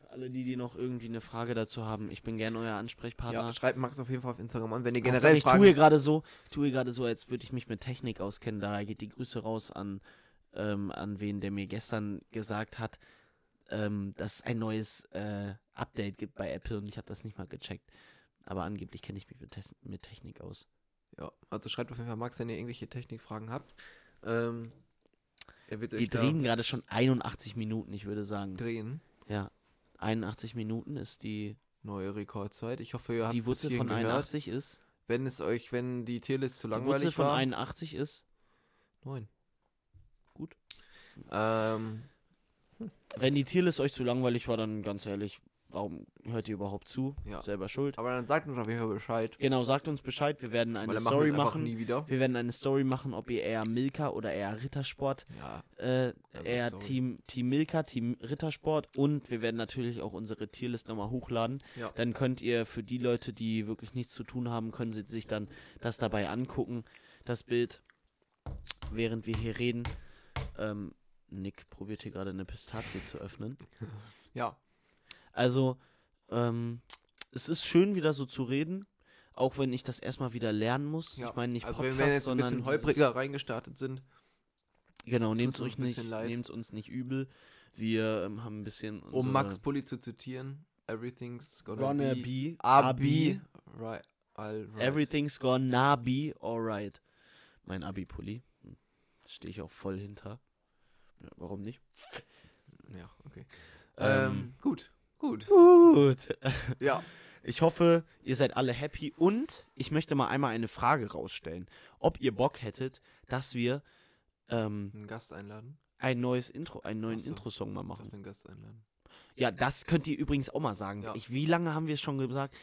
für alle die, die noch irgendwie eine Frage dazu haben, ich bin gern euer Ansprechpartner. ja, schreibt Max auf jeden Fall auf Instagram an, wenn ihr Hauptsache, generell ich tue hier Fragen... gerade so, ich tue hier gerade so, als würde ich mich mit Technik auskennen. Daher geht die Grüße raus an, ähm, an wen, der mir gestern gesagt hat, ähm, dass es ein neues äh, Update gibt bei Apple und ich habe das nicht mal gecheckt. Aber angeblich kenne ich mich mit, Tes- mit Technik aus. Ja, also schreibt auf jeden Fall Max, wenn ihr irgendwelche Technikfragen habt. Ähm, er wird Wir euch da drehen gerade schon 81 Minuten, ich würde sagen. drehen. Ja. 81 Minuten ist die, Neue Rekordzeit. Ich hoffe, ihr habt die bis Wurzel hierhin von 81 ist. Wenn es euch, wenn die Tierlist zu Die Wurzel langweilig von war... 81 ist, Neun. Gut. Ähm, wenn die Tierlist euch zu langweilig war, dann ganz ehrlich, warum hört ihr überhaupt zu? Ja. Selber schuld. aber dann sagt uns auf jeden Fall Bescheid. Genau, sagt uns Bescheid. Wir werden eine weil dann machen wir Story es einfach machen. nie wieder. Wir werden eine Story machen, ob ihr eher Milka oder eher Rittersport, Ja, äh, Also eher Story. Team, Team Milka, Team Rittersport und wir werden natürlich auch unsere Tierlist nochmal hochladen. Ja. Dann könnt ihr für die Leute, die wirklich nichts zu tun haben, können sie sich dann das dabei angucken, das Bild, während wir hier reden. Ähm, Nick probiert hier gerade eine Pistazie zu öffnen. ja. Also, ähm, es ist schön, wieder so zu reden, auch wenn ich das erstmal wieder lernen muss. ja. Ich meine nicht also Podcast, wenn wir jetzt ein sondern bisschen dieses- holpriger reingestartet sind, Genau, nehmt uns euch ein nicht, bisschen leid. nehmt uns nicht übel. Wir ähm, haben ein bisschen um unsere- Max Pulli zu zitieren, everything's gonna, gonna be, be, Abi, right, all right. everything's gonna be alright. Mein Abi-Pulli Hm. stehe ich auch voll hinter. Ja, warum nicht? Ja, okay. Ähm, Ähm, gut, gut. Gut. Ja, Ich hoffe, ihr seid alle happy und ich möchte mal einmal eine Frage rausstellen, ob ihr Bock hättet, dass wir ähm, einen Gast einladen. ein neues Intro, einen neuen Ach so. Intro-Song mal Ich machen. darf den Gast einladen. Ja, das könnt ihr übrigens auch mal sagen. Ja. Ich, wie lange haben wir es schon gesagt,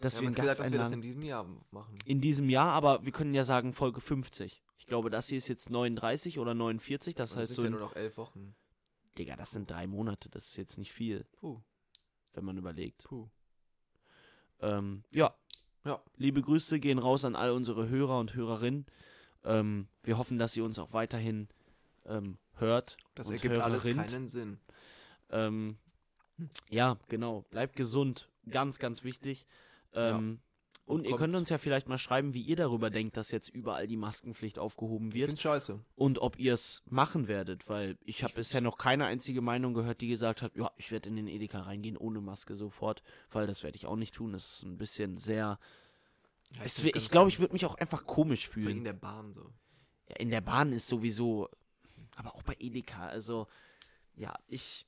dass wir wir einen haben uns Gast gesagt, dass wir das einladen? in diesem Jahr machen. in diesem Jahr, aber wir können ja sagen Folge 50. Ich glaube, das hier ist jetzt 39 oder 49, das Und es heißt sind so, ja in, nur noch elf Wochen. Digga, das sind drei Monate, das ist jetzt nicht viel, Puh, wenn man überlegt. puh. Ähm, ja. Ja. Liebe Grüße gehen raus an all unsere Hörer und Hörerinnen. Ähm, wir hoffen, dass ihr uns auch weiterhin ähm, hört. Das und ergibt alles Hörerinnen. keinen Sinn. Ähm, ja, genau. Bleibt gesund. Ganz, ganz wichtig. Ähm, Und, Und ihr könnt kommt- uns ja vielleicht mal schreiben, wie ihr darüber denkt, dass jetzt überall die Maskenpflicht aufgehoben Ich wird find's scheiße. und ob ihr es machen werdet, weil ich habe bisher noch keine einzige Meinung gehört, die gesagt hat, ja, ich werde in den Edeka reingehen ohne Maske sofort, weil das werde ich auch nicht tun. Das ist ein bisschen sehr. Ja, Es find's wär- ganz ich glaube, komisch. ich würde mich auch einfach komisch Vor allem in fühlen. der Bahn so. Ja, in der Bahn ist sowieso, aber auch bei Edeka. Also, ja, ich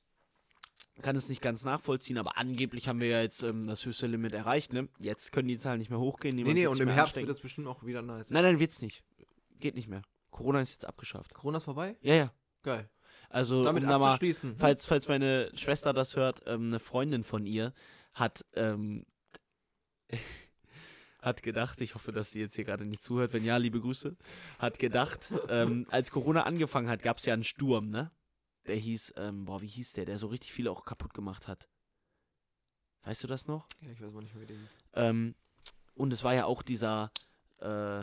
kann es nicht ganz nachvollziehen, aber angeblich haben wir ja jetzt ähm, das höchste Limit erreicht, ne? Jetzt können die Zahlen nicht mehr hochgehen. Nee, niemand nee, wird und sich im mehr Herbst anstecken. wird das bestimmt auch wieder nice. Nein, nein, wird's nicht. Geht nicht mehr. Corona ist jetzt abgeschafft. Corona ist vorbei? Ja, ja. Geil. Also, Damit um da mal abzuschließen. falls, falls meine Schwester das hört, ähm, eine Freundin von ihr hat, ähm, hat gedacht, ich hoffe, dass sie jetzt hier gerade nicht zuhört, wenn ja, liebe Grüße, hat gedacht, ähm, als Corona angefangen hat, gab es ja einen Sturm, ne? Der hieß, ähm, boah, wie hieß der, der so richtig viele auch kaputt gemacht hat. Weißt du das noch? Ja, ich weiß mal nicht mehr, wie der hieß. Ähm, und es war ja auch dieser, äh,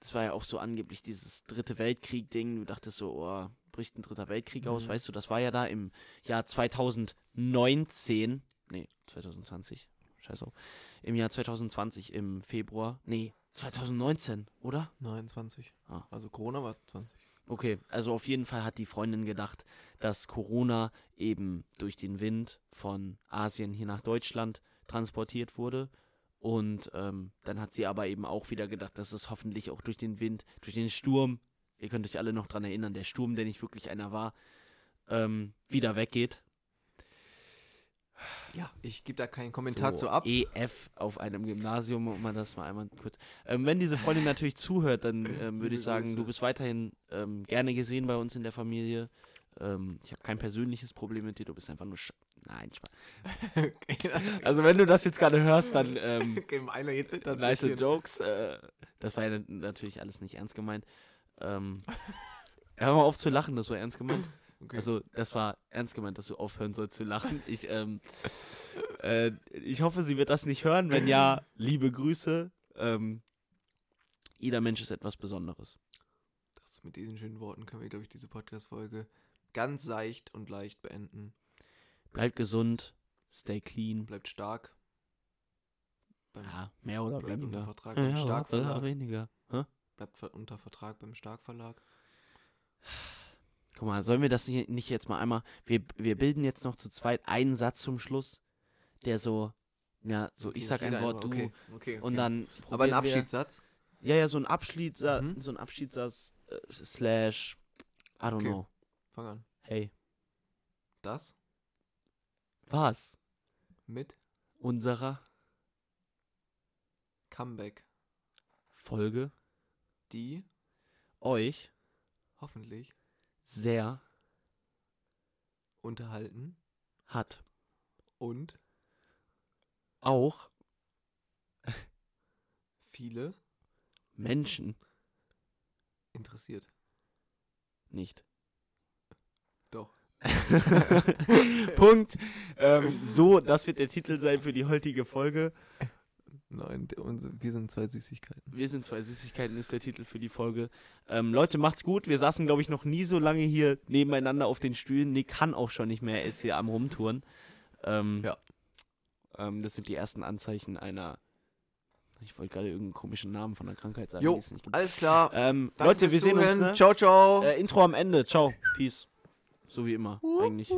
es war ja auch so angeblich dieses dritte Weltkrieg-Ding. Du dachtest so, oh, bricht ein dritter Weltkrieg aus, Mhm. weißt du, das war ja da im Jahr 2019, nee, 2020, scheiß auf, im Jahr 2020 im Februar, nee, 2019, oder? 29. Ah. Also Corona war 20. Okay, also auf jeden Fall hat die Freundin gedacht, dass Corona eben durch den Wind von Asien hier nach Deutschland transportiert wurde. Und ähm, dann hat sie aber eben auch wieder gedacht, dass es hoffentlich auch durch den Wind, durch den Sturm, ihr könnt euch alle noch dran erinnern, der Sturm, der nicht wirklich einer war, ähm, wieder weggeht. Ja. Ich gebe da keinen Kommentar zu ab. eh. EF E auf einem Gymnasium, um mal das mal einmal kurz. Ähm, wenn diese Freundin natürlich zuhört, dann ähm, würde Liebe ich sagen, Grüße. du bist weiterhin ähm, gerne gesehen bei uns in der Familie. Ähm, ich habe kein persönliches Problem mit dir, du bist einfach nur. Sch Nein, Spaß. okay, Also, wenn du das jetzt gerade hörst, dann. Ähm, meiner jetzt zittert ein nice bisschen. Jokes. Äh, das war ja natürlich alles nicht ernst gemeint. Ähm, hör mal auf zu lachen, das war ernst gemeint. Okay. Also, das war ernst gemeint, dass du aufhören sollst zu lachen. Ich, ähm, äh, ich hoffe, sie wird das nicht hören. Wenn ja, liebe Grüße. Ähm, jeder Mensch ist etwas Besonderes. das, mit diesen schönen Worten können wir, glaube ich, diese Podcast-Folge ganz seicht und leicht beenden. Bleibt gesund, stay clean. Bleibt stark. Beim, Ja, mehr oder bleibt unter weniger. Vertrag Ja, beim Stark oder Verlag. weniger. Hä? Bleibt ver- unter Vertrag beim Stark Verlag. Guck mal, sollen wir das nicht, nicht jetzt mal einmal. Wir, wir bilden jetzt noch zu zweit einen Satz zum Schluss, der so. Ja, so ich Okay, sag ein jeder Wort, du. einmal. Okay, okay, Und okay. dann. Aber probieren ein wir- Abschiedssatz. Ja, ja, so ein Abschiedssatz, Mhm. so ein Abschiedssatz, äh, slash, I don't Okay. know. Fang an. Hey, Das was? mit Unserer Comeback. Folge Die euch hoffentlich sehr unterhalten hat und auch viele Menschen interessiert. nicht. Doch. Punkt. Ähm, so, das wird der Titel sein für die heutige Folge. Nein, der- unsere- wir sind zwei Süßigkeiten. Wir sind zwei Süßigkeiten, ist der Titel für die Folge. Ähm, Leute, macht's gut. Wir saßen, glaube ich, noch nie so lange hier nebeneinander auf den Stühlen. Nick kann auch schon nicht mehr, er ist hier am Rumtouren. Ähm, Ja. Ähm, das sind die ersten Anzeichen einer. Ich wollte gerade irgendeinen komischen Namen von einer Krankheit sagen. Jo, die ist nicht gut. alles klar. Ähm, Danke Leute, fürs wir sehen uns. Zuhören. Ne? Ciao, ciao. Äh, Intro am Ende. Ciao. Peace. So wie immer, eigentlich.